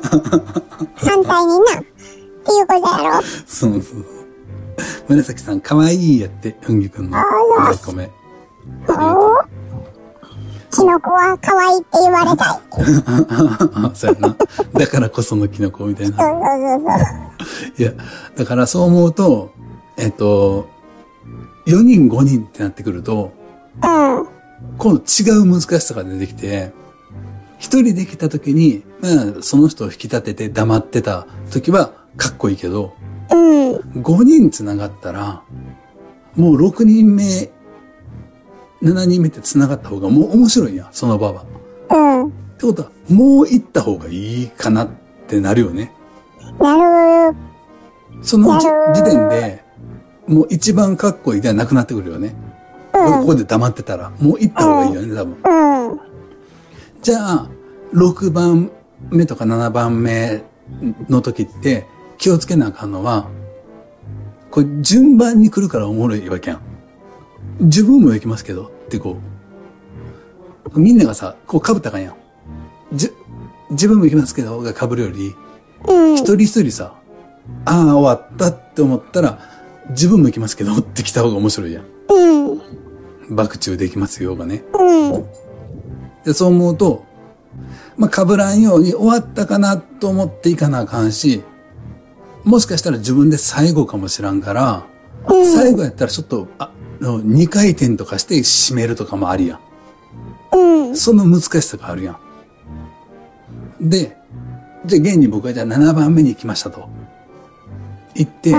S2: 反対にな。っていうことやろ。
S1: そうそうそう。紫さん、かわいいやって、ふんぎくんの。ハーコメ。ありがとう
S2: おキノコは可愛いって言われたい。
S1: あ そうやな。だからこそのキノコみたいな。
S2: そうそうそうそう。
S1: いや、だからそう思うと、えっと、4人5人ってなってくると、
S2: うん。
S1: 今度違う難しさが出てきて、一人できた時に、まあ、その人を引き立てて黙ってた時はかっこいいけど、
S2: うん。うん。
S1: 5人繋がったら、もう6人目、7人目って繋がった方がもう面白いやん、その場は。ってことは、もう行った方がいいかなってなるよね。
S2: なる、
S1: その時時点で、もう一番かっこいいではなくなってくるよね。ここで黙ってたら、もう行った方がいいよね、多分。
S2: うん。うん。
S1: じゃあ、6番目とか7番目の時って、気をつけなあかんのは、これ順番に来るからおもろいわけやん。自分も行きますけど、ってこう。みんながさ、こう被ったらあかんやん。じ、自分も行きますけど、が被るより、
S2: うん。
S1: 一人一人さ、ああ、終わったって思ったら、自分も行きますけどって来た方が面白いやん。
S2: うん。
S1: 爆中できますよがね。
S2: うん。
S1: で、そう思うと、まあ、被らんように終わったかなと思っていかなあかんし、もしかしたら自分で最後かもしらんから、最後やったらちょっと、ああの、2回転とかして締めるとかもありやん。
S2: うん。
S1: その難しさがあるやん。で、じゃあ現に僕はじゃあ7番目に行きましたと。行って、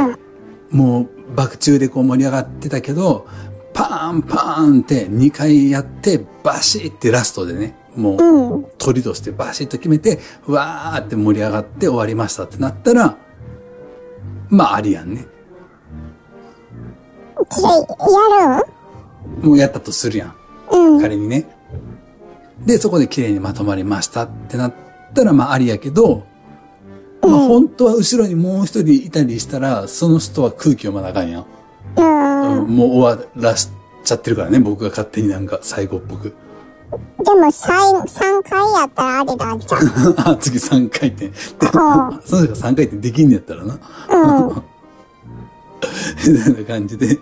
S1: もう爆中でこう盛り上がってたけど、パーンパーンって2回やって、バシーってラストでね、も
S2: う
S1: う鳥としてバシッと決めて、わーって盛り上がって終わりましたってなったら、まあありやんね。
S2: きれい。やるん
S1: もうやったとするやん。
S2: うん。
S1: 仮にね。で、そこで綺麗にまとまりましたってなったら、まあありやけど、まあ本当は後ろにもう一人いたりしたら、その人は空気読まなあかんやん。
S2: うん。
S1: うんもう終わらしちゃってるからね、僕が勝手になんか最後っぽく。
S2: でも3、三回やったらありなんじゃん。
S1: あ次3回 転。で、
S2: あ
S1: その人が3回転できんねやったらな。
S2: うん。
S1: みたいな感じで。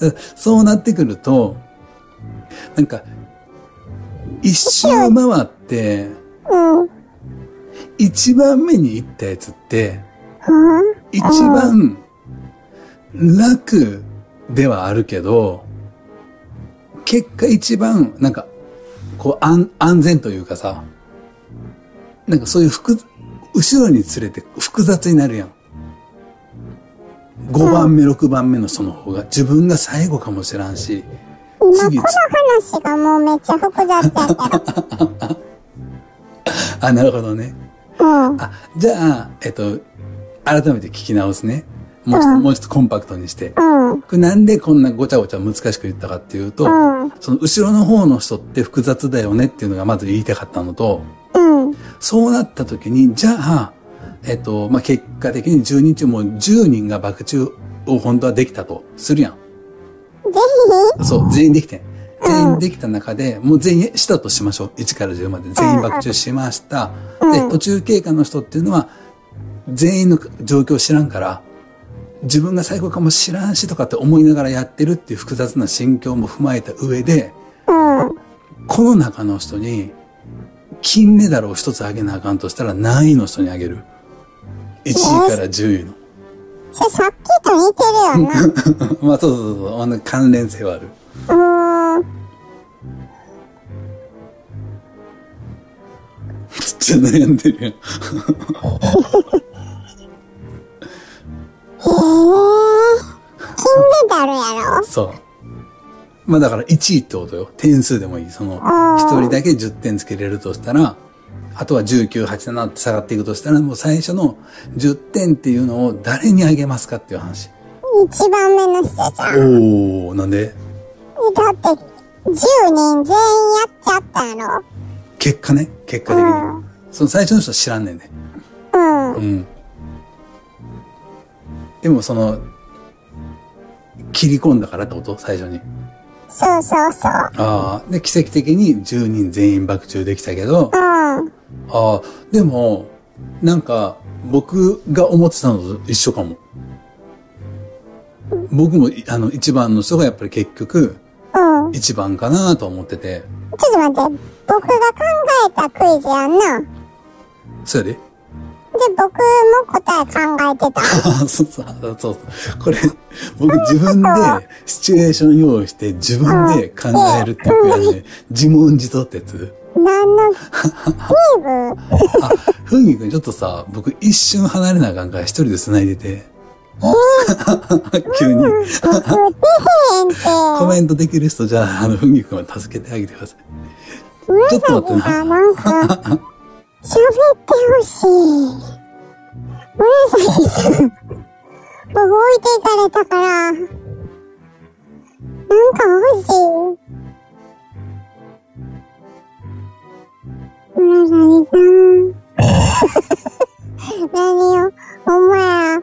S1: だそうなってくると、なんか、一周回って、
S2: うん。
S1: 一番目に行ったやつって、
S2: うん。
S1: 一番楽ではあるけど、結果一番、なんか、こう安、安全というかさ、なんかそういう複、後ろに連れて複雑になるやん。5番目、6番目のその方が、自分が最後かもしらんし、
S2: 今
S1: 次
S2: この話がもうめっちゃ複雑やけ
S1: あ、なるほどね。
S2: ど。うん。
S1: あ、じゃあ、えっと、改めて聞き直すね。もうちょっと、もうちょっとコンパクトにして。
S2: うん。
S1: これなんでこんなごちゃごちゃ難しく言ったかっていうと、
S2: うん
S1: その後ろの方の人って複雑だよねっていうのがまず言いたかったのと、
S2: うん。
S1: そうなった時に、じゃあ、えっと、まあ、結果的に12日も10人が爆中を本当はできたとするやん。
S2: ぜ
S1: そう、全員できてん。全員できた中で、もう全員したとしましょう。1から10まで全員爆中しました。で、途中経過の人っていうのは、全員の状況を知らんから、自分が最高かも知らんしとかって思いながらやってるっていう複雑な心境も踏まえた上で、
S2: ひうん。
S1: この中の人に、金メダルを一つあげなあかんとしたら何位の人にあげる ?1 位から10位の。
S2: それさっきと似てるよな。
S1: まあそうそうそう、あの関連性はある。
S2: うーん。
S1: ちょっと悩んでるやん。
S2: へえ。金メダルやろ
S1: そう。まあだから1位ってことよ。点数でもいい。その、
S2: あー
S1: 1人だけ10点つけれるとしたら、あとは19、87って下がっていくとしたら、もう最初の10点っていうのを誰にあげますかっていう話。
S2: 一番目の人じゃん。
S1: おー、なんで
S2: だって、10人全員やっちゃったやろ。
S1: 結果ね、結果的
S2: う
S1: に。その最初の人は知らんねんね。
S2: うん。
S1: うん。でもその、切り込んだからってこと最初に。
S2: そうそうそう。
S1: ああ。で、奇跡的に10人全員爆中できたけど、
S2: うん。
S1: ああ、でも、なんか、僕が思ってたのと一緒かも。僕もい、あの、一番の人がやっぱり結局、
S2: うん。
S1: 一番かなと思ってて、
S2: ちょっと待って。僕が考えたクイズやんな。で、
S1: そやで。
S2: 僕 も答え考えてた。
S1: あそうそう、あそうそう。これ、僕自分でシチュエーション用意して自分で考えるっていうやつね。自問自答ってやつ。
S2: 何の、ーブ
S1: あ、ふんぎくんちょっとさ、僕一瞬離れなあかんから一人で繋いでて。 急に。
S2: 僕出へんって。
S1: コメントできる人じゃあ、あの、ふんぎくんは助けてあげてください。ちょっと待ってな。
S2: あ、なんか、喋ってほしい。紫さん、僕置いていかれたから、なんか欲しい。紫さん。何よ、お前ら、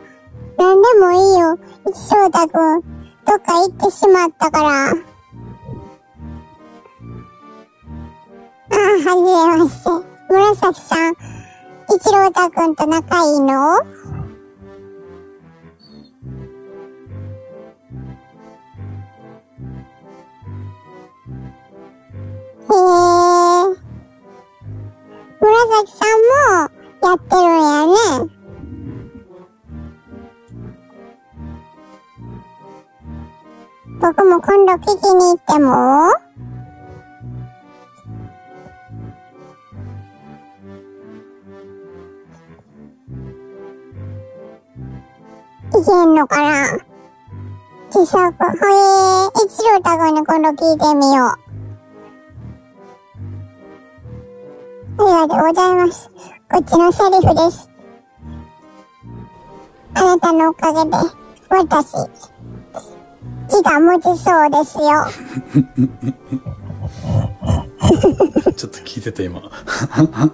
S2: 何でもいいよ。翔太くん、どっか行ってしまったから。あ、はじめまして。紫さん、一郎太くんと仲いいのへえ。紫さんもやってるんやね。僕も今度聞きに行ってもいけんのかな自作、ほえー、一郎太君に今度聞いてみよう。ありがとうございます。こっちのセリフです。あなたのおかげで、私、字が持ちそうですよ。
S1: ちょっと聞いてた今。
S2: 聞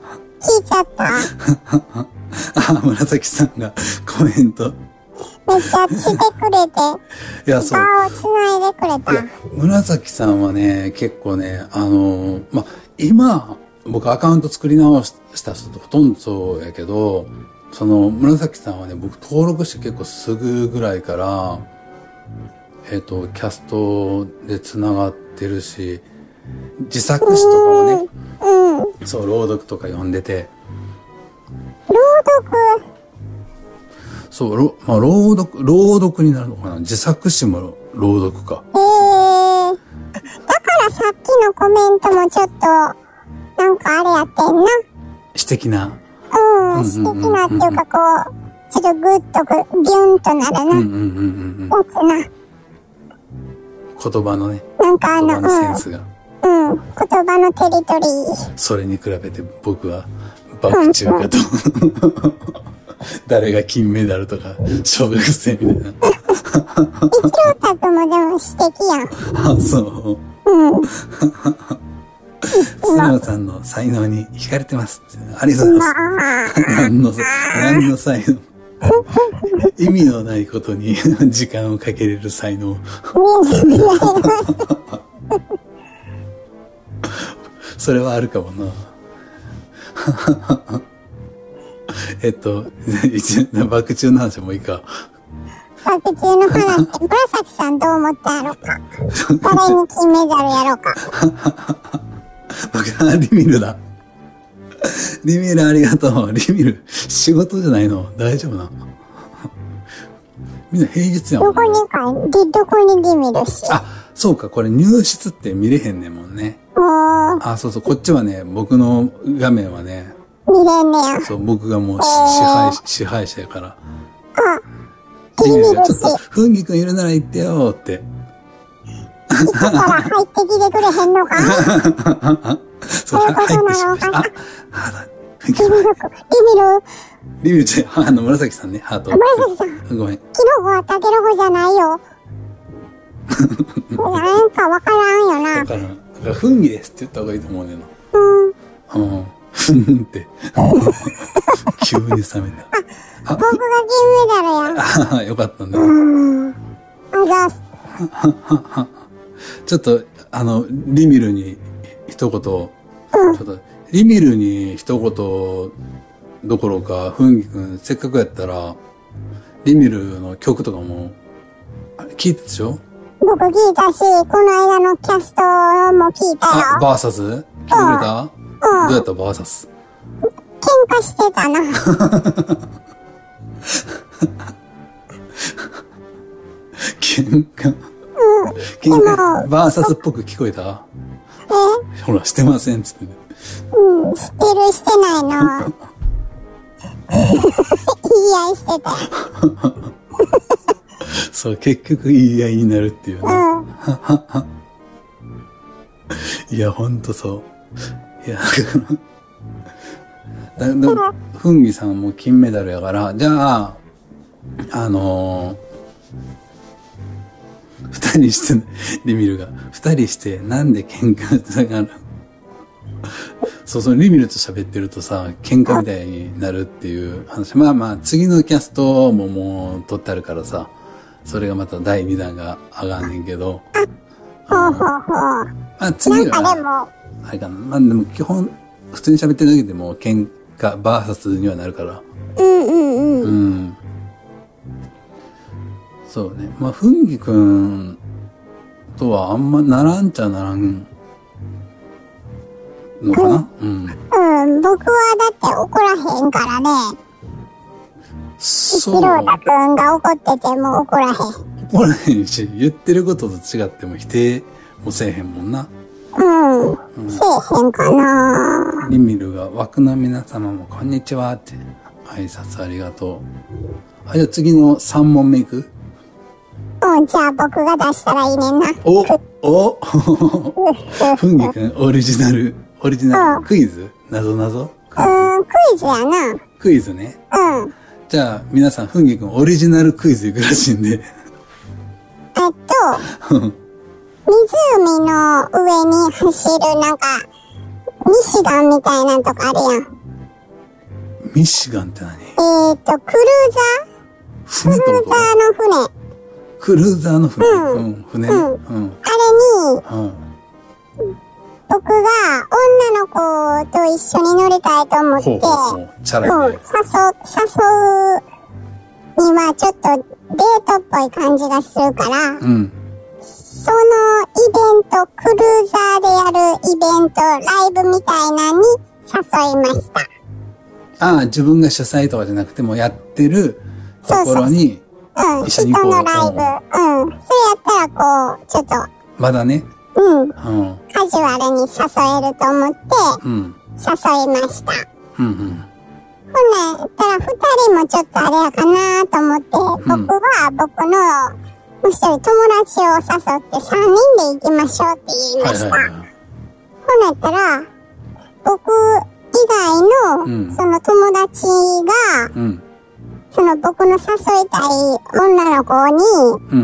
S2: いちゃった。
S1: あ、紫さんがコメント。
S2: めっちゃ来てくれて、
S1: いや、そう。
S2: 顔をつないでくれた。
S1: 紫さんはね、結構ね、あのまあ、今、僕アカウント作り直した人とほとんどそうやけど、その、紫さんはね、僕登録して結構すぐぐらいから、えっ、と、キャストで繋がってるし、自作詞とかもね、
S2: うん。朗
S1: そう、朗読とか読んでて、
S2: 読、
S1: そう、ろまあ、朗読、朗読になるのかな自作詞も朗読か。
S2: えー。だからさっきのコメントもちょっと、なんかあれやってんな。
S1: 詩的な。
S2: うん、素敵なっていうかこう、ちょっとグッとこう、ギュンとなる
S1: う
S2: な、
S1: んう
S2: や
S1: んうんうん
S2: つな。
S1: うん。言葉のね、
S2: なんかあ
S1: 言葉
S2: の、
S1: のセン
S2: う
S1: スが。
S2: ん、うん、言葉のテリトリー。
S1: それに比べて僕はバク宙かと。誰が金メダルとか、小学生みたい
S2: 一郎太くんもでも素敵やん。
S1: な。あ、そう。
S2: うん。
S1: スノさんの才能に惹かれてます。ありがとうございます。
S2: まあ、
S1: 何の、何の才能意味のないことに時間をかけれる才能。
S2: みんな、
S1: それはあるかもな。 えっと、一応バク宙の話もいいか。
S2: 白中の話って、紫さんどう思ったやろか。誰に金メダルやろうか。
S1: 僕はリミルだ。リミルありがとう。リミル、仕事じゃないの大丈夫なのみんな平日やも
S2: ど
S1: ん
S2: こ
S1: な。
S2: にか、で、どこにリミルし。
S1: あ、そうか、これ入室って見れへんねんもんね。
S2: もう、
S1: あ、そうそう、こっちはね、僕の画面はね、
S2: 見れんねや。
S1: そう、僕がもうし支配し、支配者やから。リ
S2: リ
S1: ミ
S2: ミ
S1: ル
S2: ル
S1: が
S2: し
S1: ちょっ、と、ふんぎくんいるなら行ってよって。
S2: だから入ってきてくれへんのか。そ
S1: そう、
S2: ういうことなの
S1: はい、あ、はだ、ふんぎ
S2: リ
S1: くん
S2: ミルくん、リミル、
S1: リミルちゃん、あの、紫さんね、ハート。
S2: 紫さん。
S1: ごめん。
S2: キノコはタケノコじゃないよ。なんかわからんよな
S1: だ。から、だから、ふんぎですって言った方がいいと思うねんな。
S2: うん。
S1: うん。ふんって。 急に冷めた。
S2: 僕が金メダルや。
S1: ああ、 よかったんだ。
S2: うん。あざっす。
S1: ちょっと、あの、リミルに一言、ちょっと、リミルに一言どころか、ふんぎくん、せっかくやったら、リミルの曲とかも、あれ聞いたでしょ
S2: 僕聞いたし、この間のキャストも聞いた
S1: あ、
S2: よ。
S1: バーサス聞いてくれたどうやったバーサス。
S2: 喧嘩してたな。
S1: 喧嘩。喧嘩、バーサスっぽく聞こえた
S2: え
S1: ほら、してませんっつってね。
S2: うん。知ってるしてないの。言い合いしてたよ。
S1: そう、結局言い合いになるっていうね。
S2: うん。
S1: いや、ほんとそう。いや、 だから、だふんぎさんも金メダルやから、じゃあ、あのー二人して、リミルが、二人して、なんで喧嘩したかな。 そうそう、リミルと喋ってるとさ、喧嘩みたいになるっていう話。まあまあ、次のキャストももう撮ってあるからさ、それがまた第2弾が上がんねんけど、
S2: ほうほうほう。
S1: まあ次は
S2: なんかでも、
S1: あれかな。まあでも基本、普通に喋ってるだけでも喧嘩、バーサスにはなるから。
S2: うんうんうん。
S1: うん。そうね。まあ、ふんぎくんとはあんまならんちゃならんのかなう
S2: う
S1: ん。
S2: ん、僕はだって怒らへんからね。一
S1: そう。
S2: 郎太くんが怒ってても怒らへん。
S1: 怒らへんし、言ってることと違っても否定もせえへんもんな。
S2: うん。せえへんかな
S1: リミルが枠の皆様もこんにちはって挨拶ありがとう。あ、じゃあ次の3問目いく
S2: うん、じゃあ僕が出したらいいねんな。
S1: お、お、ふんぎくん、オリジナル、オリジナ
S2: う
S1: ル、
S2: ん
S1: クイズなぞなぞ
S2: うん、クイズやな。
S1: クイズね。
S2: うん。
S1: じゃあ、皆さん、ふんぎくん、オリジナルクイズいくらしいんで。
S2: えっと、湖の上に走るなんか、ミシガンみたいなんとかあるやん。
S1: ミシガンって何
S2: えー、っと、クルーザー
S1: 船って
S2: クルー
S1: こと
S2: ザーの船。
S1: クルーザーの船。
S2: うん
S1: うん、船。う
S2: うん
S1: ん。
S2: あれに、
S1: うん。
S2: 僕が女の子と一緒に乗りたいと思って、
S1: ほうほうほう。チャ
S2: うん、
S1: ラ
S2: 誘う
S1: いね。、
S2: 誘うにはちょっとデートっぽい感じがするから、
S1: うん。
S2: そのイベント、クルーザーでやるイベント、ライブみたいなのに誘いました。
S1: ああ、自分が主催とかじゃなくても、やってるところに、
S2: うん、
S1: 一緒
S2: 人
S1: に行こう
S2: のライブ。うん、それやったらこう、ちょっと、
S1: まだね。
S2: うん、
S1: うん。
S2: カジュアルに誘えると思って、
S1: うん。
S2: 誘いました。
S1: うんうん。
S2: ほんなんやったら二人もちょっとあれやかなと思って、
S1: うん
S2: 僕は僕のもう一人友達を誘って三人で行きましょうって言いま
S1: はい
S2: した。
S1: はいはい。
S2: ほんなんやったら、僕以外の、
S1: うん
S2: その友達が、
S1: うん。
S2: その僕の誘いたい女の子に、
S1: うん。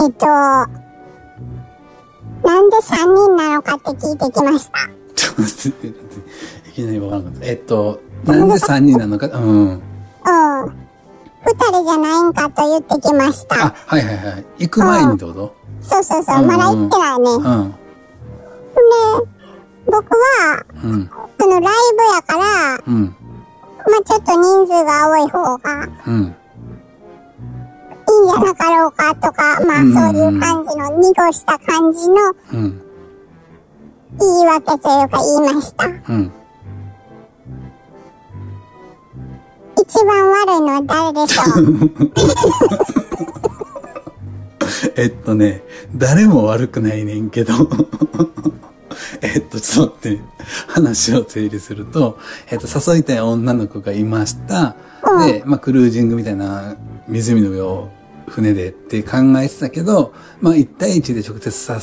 S2: えっと、なんで三人なのかって聞いてきました。
S1: ちょっと待って、いきなりわからなかった。えっと、なんで三人なのか、うん。
S2: うん。二人じゃないんかと言ってきました
S1: あ。、はいはいはい。行く前にってこと
S2: そうそうそうう、
S1: ん
S2: まだ行ってないね。
S1: う
S2: で、
S1: ん。
S2: 僕は、
S1: うん。
S2: そのライブやから、
S1: うん。
S2: まあちょっと人数が多い方がいいん
S1: うん。
S2: じゃなかろうかとか、まあ
S1: うん
S2: そういう感じの、濁した感じの
S1: うん。
S2: 言い訳というか言いました。
S1: うん。
S2: 一番悪いのは誰でしょう
S1: えっとね、誰も悪くないねんけど。 えっと、ちょっと待って、話を整理すると、えっと、誘いたい女の子がいました。で、まあ、クルージングみたいな湖の上を船でって考えてたけど、まあ、1対1で直接誘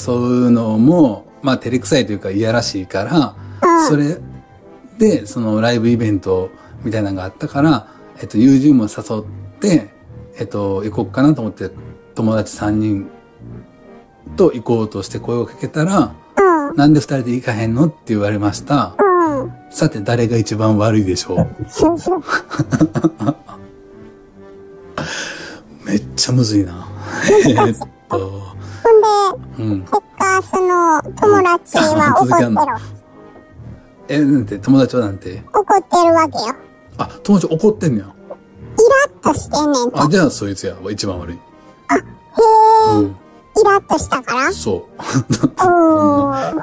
S1: うのも、まあ、照れくさいというか、いやらしいから、それで、そのライブイベントみたいなのがあったから、えっと、友人も誘って、えっと、行こうかなと思って、友達3人と行こうとして声をかけたら、
S2: うん、
S1: なんで2人で行かへんのって言われました。
S2: うん。
S1: さて、誰が一番悪いでしょう
S2: そうそう。
S1: めっちゃむずいな。えっ
S2: ほ
S1: と、
S2: んで、
S1: うん。
S2: 結果、その、友達は怒っ
S1: 続け
S2: てる。
S1: んのえ、なんて、友達はなんて。
S2: 怒ってるわけよ。
S1: あ、友達怒ってんのよ。
S2: イラッとしてんねんと。
S1: あ、じゃあそいつや。一番悪い。
S2: へえ、
S1: うん。
S2: イラッとしたから
S1: そう。
S2: う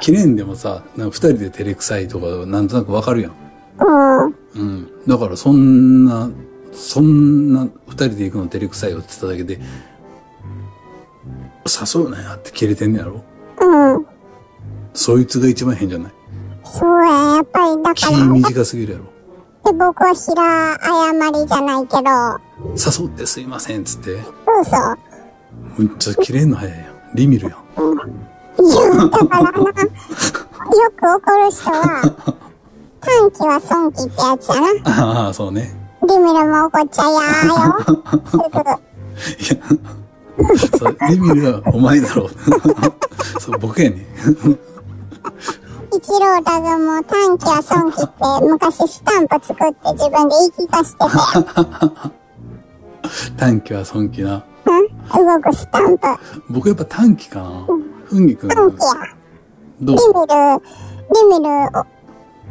S1: 記念でもさ、なんか二人で照れくさいとか、なんとなくわかるやん。
S2: ん。うん。
S1: うん。だからそんな、そんな二人で行くの照れくさいよって言っただけで、誘うなやって切れてんねやろ
S2: うん。
S1: そいつが一番変じゃない
S2: そうや、やっぱり、だか
S1: 気
S2: ら、
S1: 短すぎるやろ
S2: で、僕は平謝りじゃないけど、
S1: 誘ってすいませんっつって、
S2: そうそう。
S1: むっちゃ切れんの早いやん。リミルやん。
S2: いや、だからな、よく怒る人は、短期は損期ってやつやな。
S1: ああ、そうね。
S2: リミルも怒っちゃやーよ。すぐ。
S1: いや、そうリミルはお前だろう。 そう、僕やねん。
S2: 一郎太君も短期は損期って昔スタンプ作って自分で言い聞かしてて、
S1: 短期は損気な。
S2: うん動くスタンプ。
S1: 僕やっぱ短期かな。ふんぎくん、
S2: 短期や。
S1: どう
S2: リミル、リミル、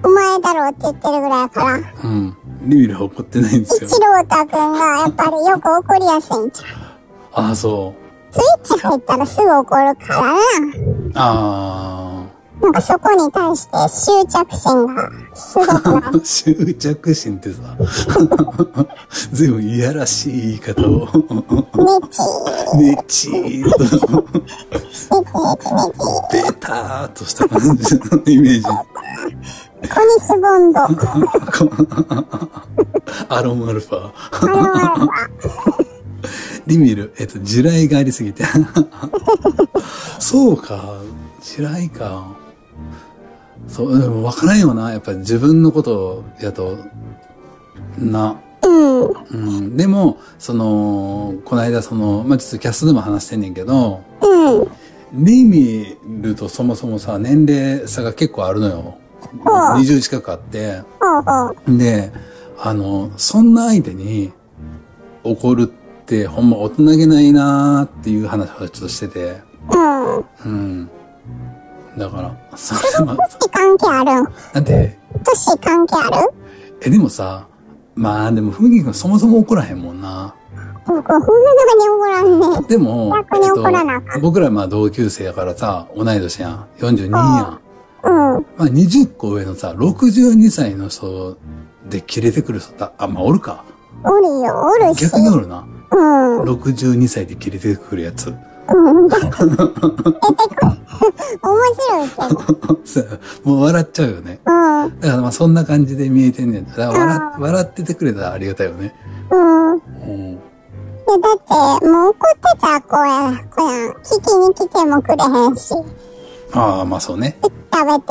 S2: お、お前だろうって言ってるぐらいやから、
S1: うん。リミルは怒ってないんです
S2: 一
S1: よ。
S2: 郎太君がやっぱりよく怒りやすいんちゃう。
S1: ああ、そ
S2: スイッチ入ったらすぐ怒るからな。
S1: う。あ
S2: なんかそこに対して執着心がすごくな
S1: あ。執着心ってさ、 ずいぶんいやらしい言い方を、
S2: い。ねち、
S1: ねちーっと、
S2: ねちねちねち。
S1: ベターっとした感じのイメージ。
S2: コニスボンド。ハ
S1: アロンアルファ。
S2: ローアルファ。
S1: リミル、えっと、地雷がありすぎて。 そうか、地雷か。そう、でも分からんよな。やっぱり自分のことやと、な。
S2: うん。うん。
S1: うん、でも、その、この間その、まあ、ちょっとキャストでも話してんねんけど、リミルとそもそもさ、年齢差が結構あるのよ。
S2: ああ
S1: 20近くあって。
S2: ほうほう。
S1: で、あの、そんな相手に怒るって、ほんま大人げないなーっていう話をちょっとしてて。
S2: うん。
S1: うん。だから、それは、
S2: 年関係あるん
S1: だって、
S2: 年関係ある
S1: え、でもさ、まあでも、ふんぎくんそもそも怒らへんもんな。
S2: 僕、ほんまに怒らんね。
S1: でも、
S2: 逆に怒らなあかん
S1: えっと、僕らまあ同級生やからさ、同い年やん。42やん。ま
S2: うん。
S1: あ20個上のさ、62歳の人でキレてくる人だ。あ、まあおるか。
S2: おるよ、おるし。
S1: 逆におるな。
S2: うん。うん。
S1: 62歳でキレてくるやつ。
S2: うん、出てくる。面白いけど。
S1: そう もう笑っちゃうよね。
S2: うん、
S1: だからまあそんな感じで見えてんねん。だから笑
S2: あ
S1: っ笑っててくれたらありがたいよね。
S2: うん。
S1: うん。
S2: いや、だって、もう怒ってた子や、子やん。聞きに来てもくれへんし、食
S1: ああ、まあそうね。
S2: べて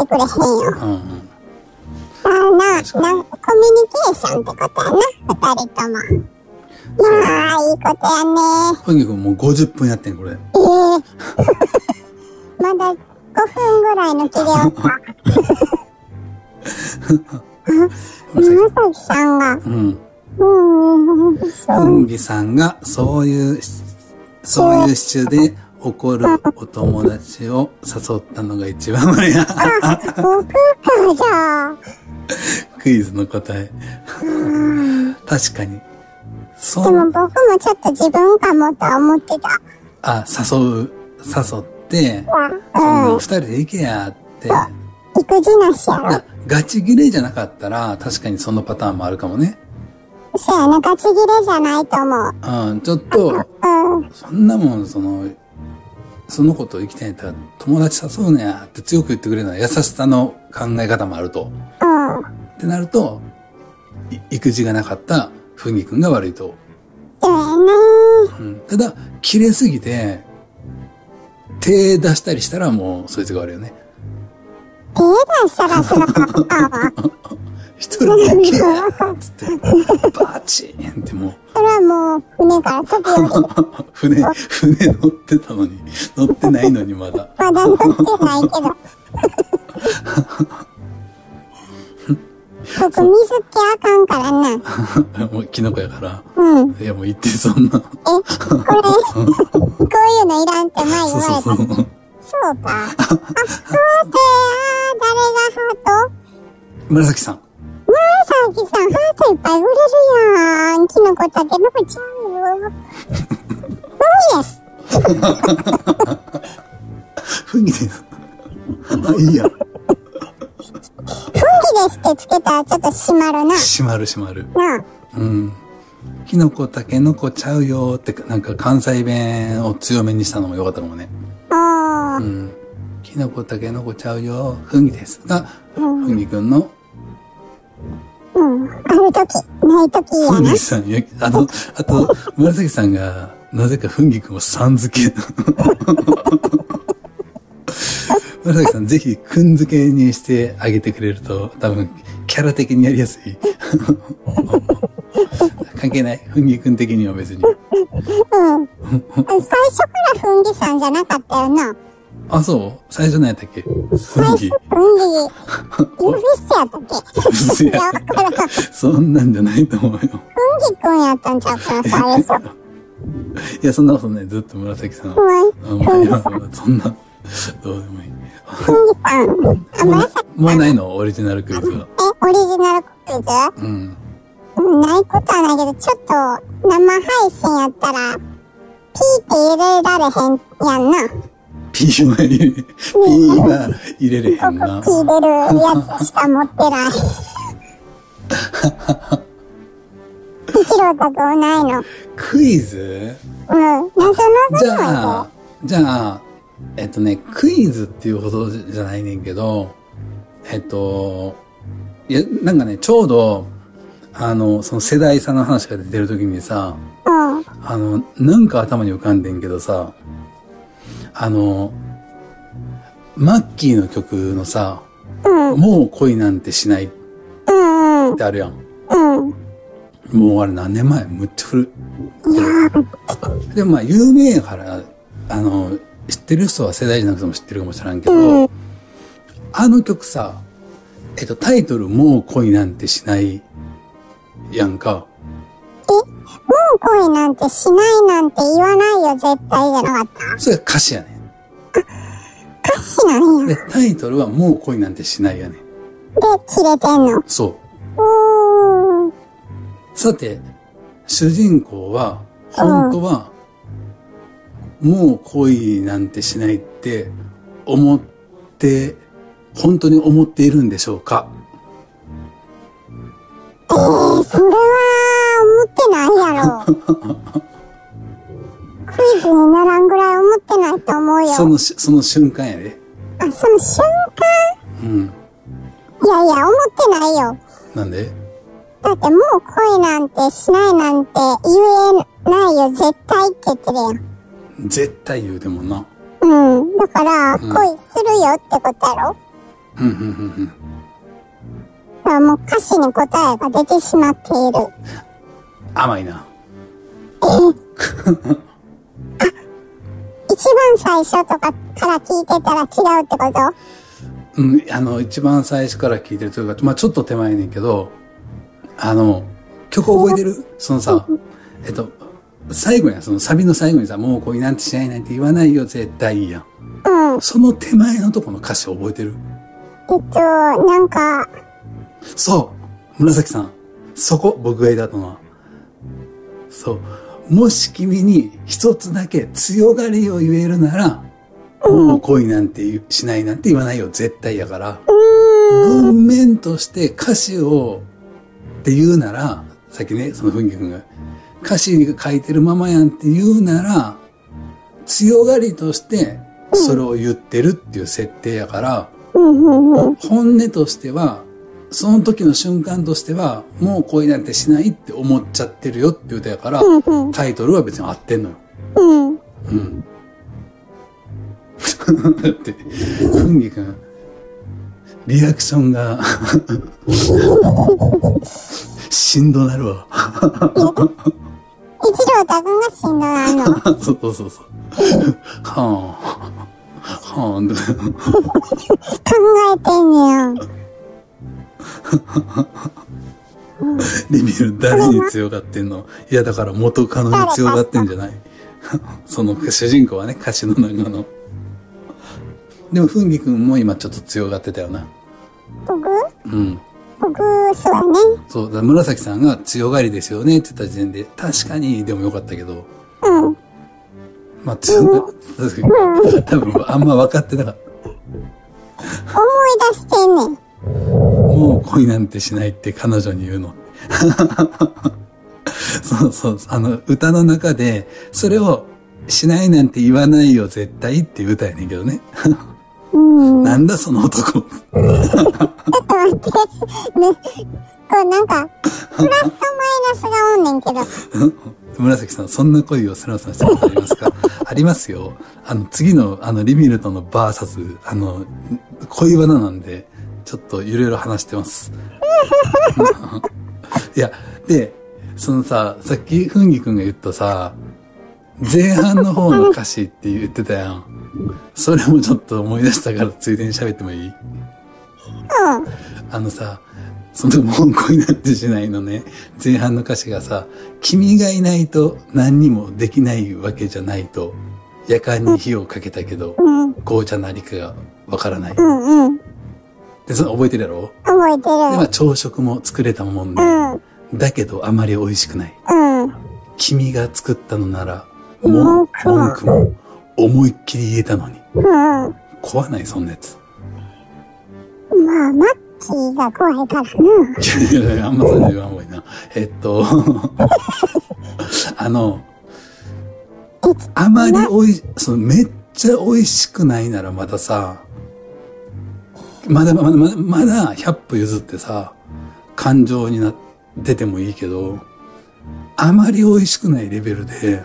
S2: くれへんよ。
S1: うんうん。
S2: だからな、な、コミュニケーションってことやな、二人とも。まあ、いいことやね。
S1: ふんぎくんもう50分やってん、これ。
S2: ええまだ5分ぐらいの切れよった。紫さんが、
S1: うん。
S2: うーん、そ
S1: ふ
S2: う。
S1: んぎさんが、そういう、そういうシチューで怒るお友達を誘ったのが一番前や。
S2: 僕か、じゃあ。
S1: クイズの答え。確かに。
S2: で
S1: そう
S2: も、僕もちょっと自分かもとは思ってた。
S1: あ、誘う、誘って、そんな
S2: うん
S1: 二。人で行けやって、
S2: 育児なしやろ
S1: なガチ切れじゃなかったら、確かにそのパターンもあるかもね。
S2: そうやな、ガチ切れじゃないと思う。
S1: うん、ちょっと、
S2: うん。
S1: そんなもん、その、その子と行きたいんやったら、友達誘うねやって強く言ってくれるのは優しさの考え方もあると。
S2: うん。
S1: ってなると、い育児がなかった、ふんぎくんが悪いと。
S2: そうやな
S1: うん、ただ、切れすぎて、手出したりしたらもう、そいつが悪いよね。
S2: 手出したらすなかったわ。
S1: 一人で行けやつって、バチーンってもう、
S2: それはもう、船から飛び降りる。
S1: 船、船乗ってたのに、乗ってないのにまだ。
S2: まだ乗ってないけど。僕、水気あかんからな。
S1: もうキノコやから。
S2: うん。え、
S1: いやもう行ってそんな。
S2: これ、こういうのいらんって前言われた。
S1: そうそ
S2: そ
S1: うそうう。
S2: か。あ、そうて、あー、誰がハート
S1: 紫さん。
S2: さあ、きさん、ハートいっぱい売れるやん。キノコ食べるのちゃうよ。無理です。
S1: ふんぎで。あ、いいや。
S2: 無理ですってつけたらちょっと閉まるな。
S1: 閉まる閉まる。
S2: な
S1: うん。キノコ、タケノコちゃうよーって、なんか関西弁を強めにしたのも良かったかもね。
S2: あ。お
S1: う
S2: ー。
S1: ん。キノコ、タケノコちゃうよー、ふんぎです。が、ふんぎくんの、
S2: うん。あるとき、ないとき
S1: ふ
S2: や
S1: ん
S2: な
S1: ぎ。さんや、あと、あと、紫さんが、なぜかふんぎくんをさん付け。紫さん、ぜひ、くん付けにしてあげてくれると、多分、キャラ的にやりやすい。関係ない。ふんぎくん的には別
S2: う
S1: に。
S2: ん。最初からふんぎさんじゃなかったよな。
S1: あ、そう最初何やったっけ
S2: 最
S1: 雰
S2: 初、ふんぎ。
S1: 囲気
S2: ゆるしやったっけ
S1: 嘘
S2: いや、
S1: や
S2: わからん。ふん
S1: そんなんじゃないと思うよ。
S2: ぎくんやったんちゃうかな、最初。
S1: いや、そんなことない。ずっと紫さん。
S2: ごめん。
S1: あんまりやそんな、どうでもいい。
S2: ふんぎさん。あ、
S1: もう
S2: ま
S1: な
S2: さ
S1: もうないのオリジナルクイズは。
S2: え、オリジナルクイズ
S1: うん。
S2: うんないことはないけど、ちょっと生配信やったら、ピーって入れられへんやんな。
S1: P は入れ、P は入れれへんな。
S2: ピー入れるやつしか持ってない。一郎太くんないの。
S1: クイズ
S2: うん。謎
S1: じ
S2: 謎
S1: ゃ
S2: な
S1: あ、じゃあ、えっとね、クイズっていうほどじゃないねんけど、えっと、いや、なんかね、ちょうど、あの、その世代差の話が出てる時にさ、
S2: の。うん。
S1: あの、なんか頭に浮かんでんけどさ、あの、マッキーの曲のさ、
S2: うん。
S1: もう恋なんてしないっ
S2: うん。
S1: てあるやん。
S2: うん。
S1: もうあれ何年前むっちゃ古い。でもまあ有名やから、あの、知ってる人は世代じゃなくても知ってるかもしらんけ
S2: う
S1: ど
S2: ん、
S1: あの曲さ、えっと、タイトルもう恋なんてしないやんか。
S2: え、もう恋なんてしないなんて言わないよ、絶対じゃなかった。
S1: それが歌詞やねん。
S2: 歌詞なんや。で、
S1: で、タイトルはもう恋なんてしないやねん。
S2: 切れてんの。
S1: そう。
S2: うーん。
S1: さて、主人公は、本当は、もう恋なんてしないって思って、本当に思っているんでしょうか
S2: えー、それは、思ってないやろ。こクイズにならんぐらい思ってないと思うよ。
S1: そのし、その瞬間やで。
S2: あ、その瞬
S1: うん。
S2: 間いやいや、思ってないよ。
S1: なんで
S2: だってもう恋なんてしないなんて言えないよ、絶対って言ってるやん。
S1: 絶対言うてもんな。
S2: うん。だから、恋するよってことやろ
S1: うんうんうんうん。
S2: だからもう歌詞に答えが出てしまってい る。
S1: 甘いな。
S2: 一番最初とかから聞いてたら違うってこと
S1: うん、あの、一番最初から聞いてるというか、まあちょっと手前やねんけど、あの、曲覚えてるそのさ、えっと、最後やん、そのサビの最後にさ、もう恋なんてしないなんて言わないよ、絶対いいやん。
S2: うん。えっ
S1: その手前のとこの歌詞覚えてる
S2: と、なんか、
S1: そう紫さん。そこ、僕がいたのは。そう。もし君に一つだけ強がりを言えるなら、もう恋なんて言うしないなんて言わないよ、絶対やから。文面として歌詞をって言うなら、さっきね、そのふんきくんが、歌詞に書いてるままやんって言うなら、強がりとしてそれを言ってるっていう設定やから、
S2: うんうんうん。
S1: 本音としては、その時の瞬間としては、もう恋なんてしないって思っちゃってるよっていう歌やから、
S2: うんうん
S1: タイトルは別に合ってんのよ。
S2: うん。
S1: うん。だって、ふんぎくん、リアクションが、しんどなるわ。
S2: 一郎太君がしんどなるの。
S1: そうそうそうそう。はぁ、はぁ、
S2: 考えてんねや。
S1: レビュー誰に強がってんのいやだから元カノに強がってんじゃないその主人公はね歌詞の中のでもふんぎくんも今ちょっと強がってたよな
S2: 僕
S1: うん
S2: 僕、そうやね。
S1: そうだから紫さんが強がりですよねって言った時点で確かにでもよかったけど
S2: うん。
S1: まあ強が確かに多分あんま分かってなかった
S2: 思い出してんねん。
S1: もう恋なんてしないって彼女に言うの。 そうそう。あの、歌の中で、それを、しないなんて言わないよ、絶対っていう歌やねんけどね。
S2: うん。
S1: なんだその男。
S2: ちょっ と待って。ね、こうなんか、プラスとマイナスがおんねんけど。
S1: 紫さん、そんな恋をセラさんしたことありま すかありますよ。あの、次の、あの、リミルトのバーサス、あの、恋バナなんで、ちょっといろいろ話してます。いや、で、そのさ、さっき、ふんぎくんが言ったさ、前半の方の歌詞って言ってたやん。それもちょっと思い出したから、ついでに喋ってもいい
S2: うん。
S1: あのさ、そのもう恋なんてしないのね、前半の歌詞がさ、君がいないと何にもできないわけじゃないと、夜間に火をかけたけど、
S2: うん。
S1: 紅茶なりかがわからない。
S2: うんうん。
S1: で、その覚えてるやろ
S2: 覚えて
S1: で、ま
S2: る。
S1: あ朝食も作れたもんで
S2: う、ん。
S1: だけどあまり美味しくない。
S2: うん。
S1: 君が作ったのなら、もう文
S2: 文
S1: 句
S2: 句
S1: も思いっきり言えたのに。
S2: うん。
S1: 怖ない、そんなやつ。
S2: まあ、マッキーが怖いからな。
S1: いやいや、あんまそれ言わん方がいいな。えっと、 あの、あまりおい、そのめっちゃ美味しくないならまださ、まだまだまだ、まだ100歩譲ってさ、感情になっててもいいけど、あまり美味しくないレベルで、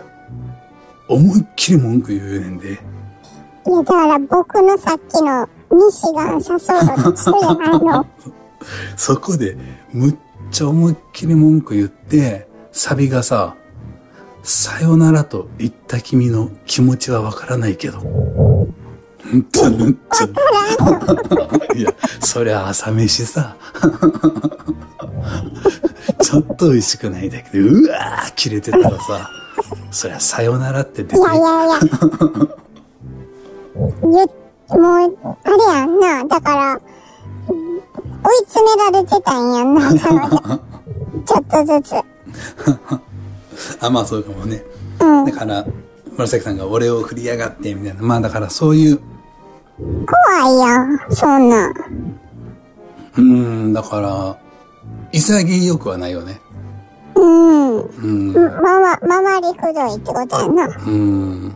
S1: 思いっきり文句言うねん
S2: い
S1: で。
S2: や、だから僕のさっきの西が誘うとするやないの。
S1: そこで、むっちゃ思いっきり文句言って、サビがさ、さよならと言った君の気持ちはわからないけど。 むっちゃむっちゃ。いや、そりゃ朝飯さ。 ちょっと美味しくないだけで、うわー切れてたらさ、そりゃさよならって出て
S2: いやいやいや。ゆもう、あれやんな。だから、追い詰められてたんやんな、彼女。ちょっとずつ。
S1: あ、まあそうかもね。
S2: うん
S1: だ。から、紫さんが俺を振りやがって、みたいな。まあだからそういう、
S2: 怖いやん、そんなん。
S1: うーん、だから、潔くはないよね。
S2: ううん。
S1: うん。
S2: まわ、回りくどいってことやな。
S1: うん。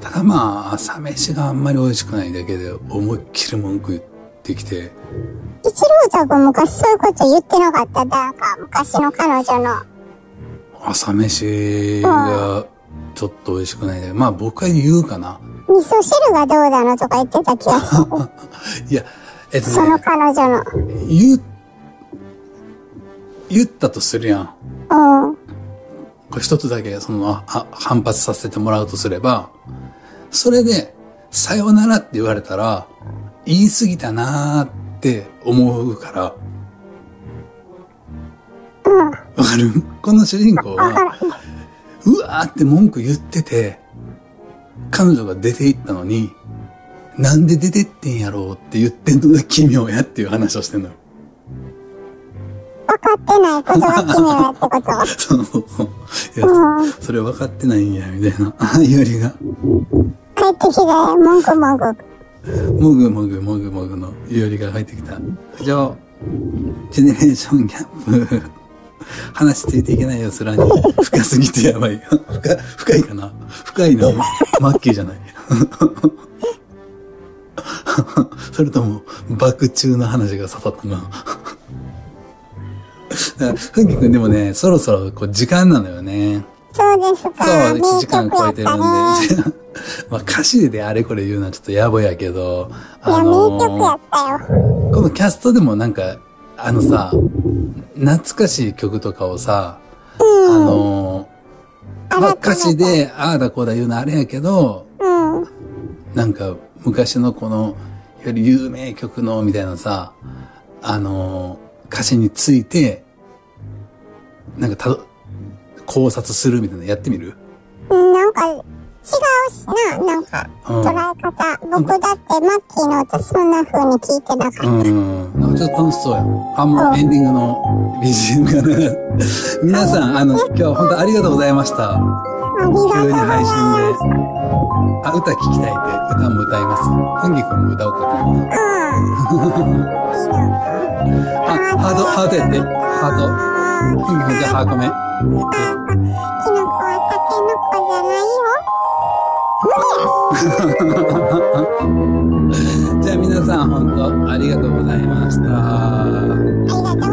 S1: ただまあ、朝飯があんまり美味しくないだけで、思いっきり文句言ってきて、
S2: 一郎ちゃんが昔そういうこと言ってなかった。なんか、昔の彼女の。
S1: 朝飯がちょっと美味しくないだけまあ僕は言うかな。
S2: 味噌汁がどうだのとか言ってた気がする。
S1: いや、えっと
S2: その
S1: ね、
S2: 彼女の。
S1: 言う、言ったとするやん。
S2: うん。
S1: これ一つだけ、その、は反発させてもらうとすれば、それで、さよならって言われたら、言い過ぎたなーって思うから。わかるこの主人公は、うわーって文句言ってて、彼女が出て行ったのに、なんで出てってんやろうって言ってんのが奇妙やっていう話をしてんのよ。
S2: 分かってないことが奇妙やってこと。
S1: その、いや、それ分かってないんや、みたいな。あ、ゆりが。
S2: 帰ってきて、文句文句。
S1: もぐもぐもぐもぐのいおりが入ってきた。以上、ジェネレーションギャップ。話ついていけないよ、すらに。深すぎてやばい。深、深いかな深いな。マッキーじゃない。それとも、爆中の話が刺さったな。ふんきくんでもね、そろそろこう時間なのよね。
S2: そうですか。
S1: そう、1
S2: 名
S1: 時間
S2: 曲
S1: 超
S2: や
S1: え
S2: ってた
S1: るんで
S2: ね。。
S1: まあ歌詞であれこれ言うのはちょっと野暮やけど、
S2: いや、
S1: あ
S2: 名
S1: の
S2: 曲やったよ。
S1: このキャストでもなんか、あのさ、懐かしい曲とかをさ、あの
S2: 改めて
S1: まあ歌詞で、ああだこうだ言うのあれやけど、
S2: うん。
S1: なんか昔のこの、より有名曲のみたいなさ、あの歌詞について、なんかたど、考察するみたいなのやってみる
S2: うんなんか、違うしな、なんか、
S1: うん
S2: 捉え方。僕だってマッキーの歌そんな風に聞いてなかった。
S1: うん。なんかちょっと楽しそうやん。あ、もうエンディングの BGM がね。皆さん、あの、今日は本当ありがとうございました。
S2: ありがとうご
S1: 急
S2: ざい
S1: に配
S2: ま
S1: 信
S2: す。
S1: で。あ、歌聞きたいって、歌も歌います。ふんぎくんも歌おうかな。
S2: いいの
S1: あ、ハート、ハートやって。ハート。ふんぎくんじゃあハートめ。
S2: キノコはタケノコじゃないよ。
S1: じゃあ皆さん、本当ありがとうございました。
S2: ありがとうございま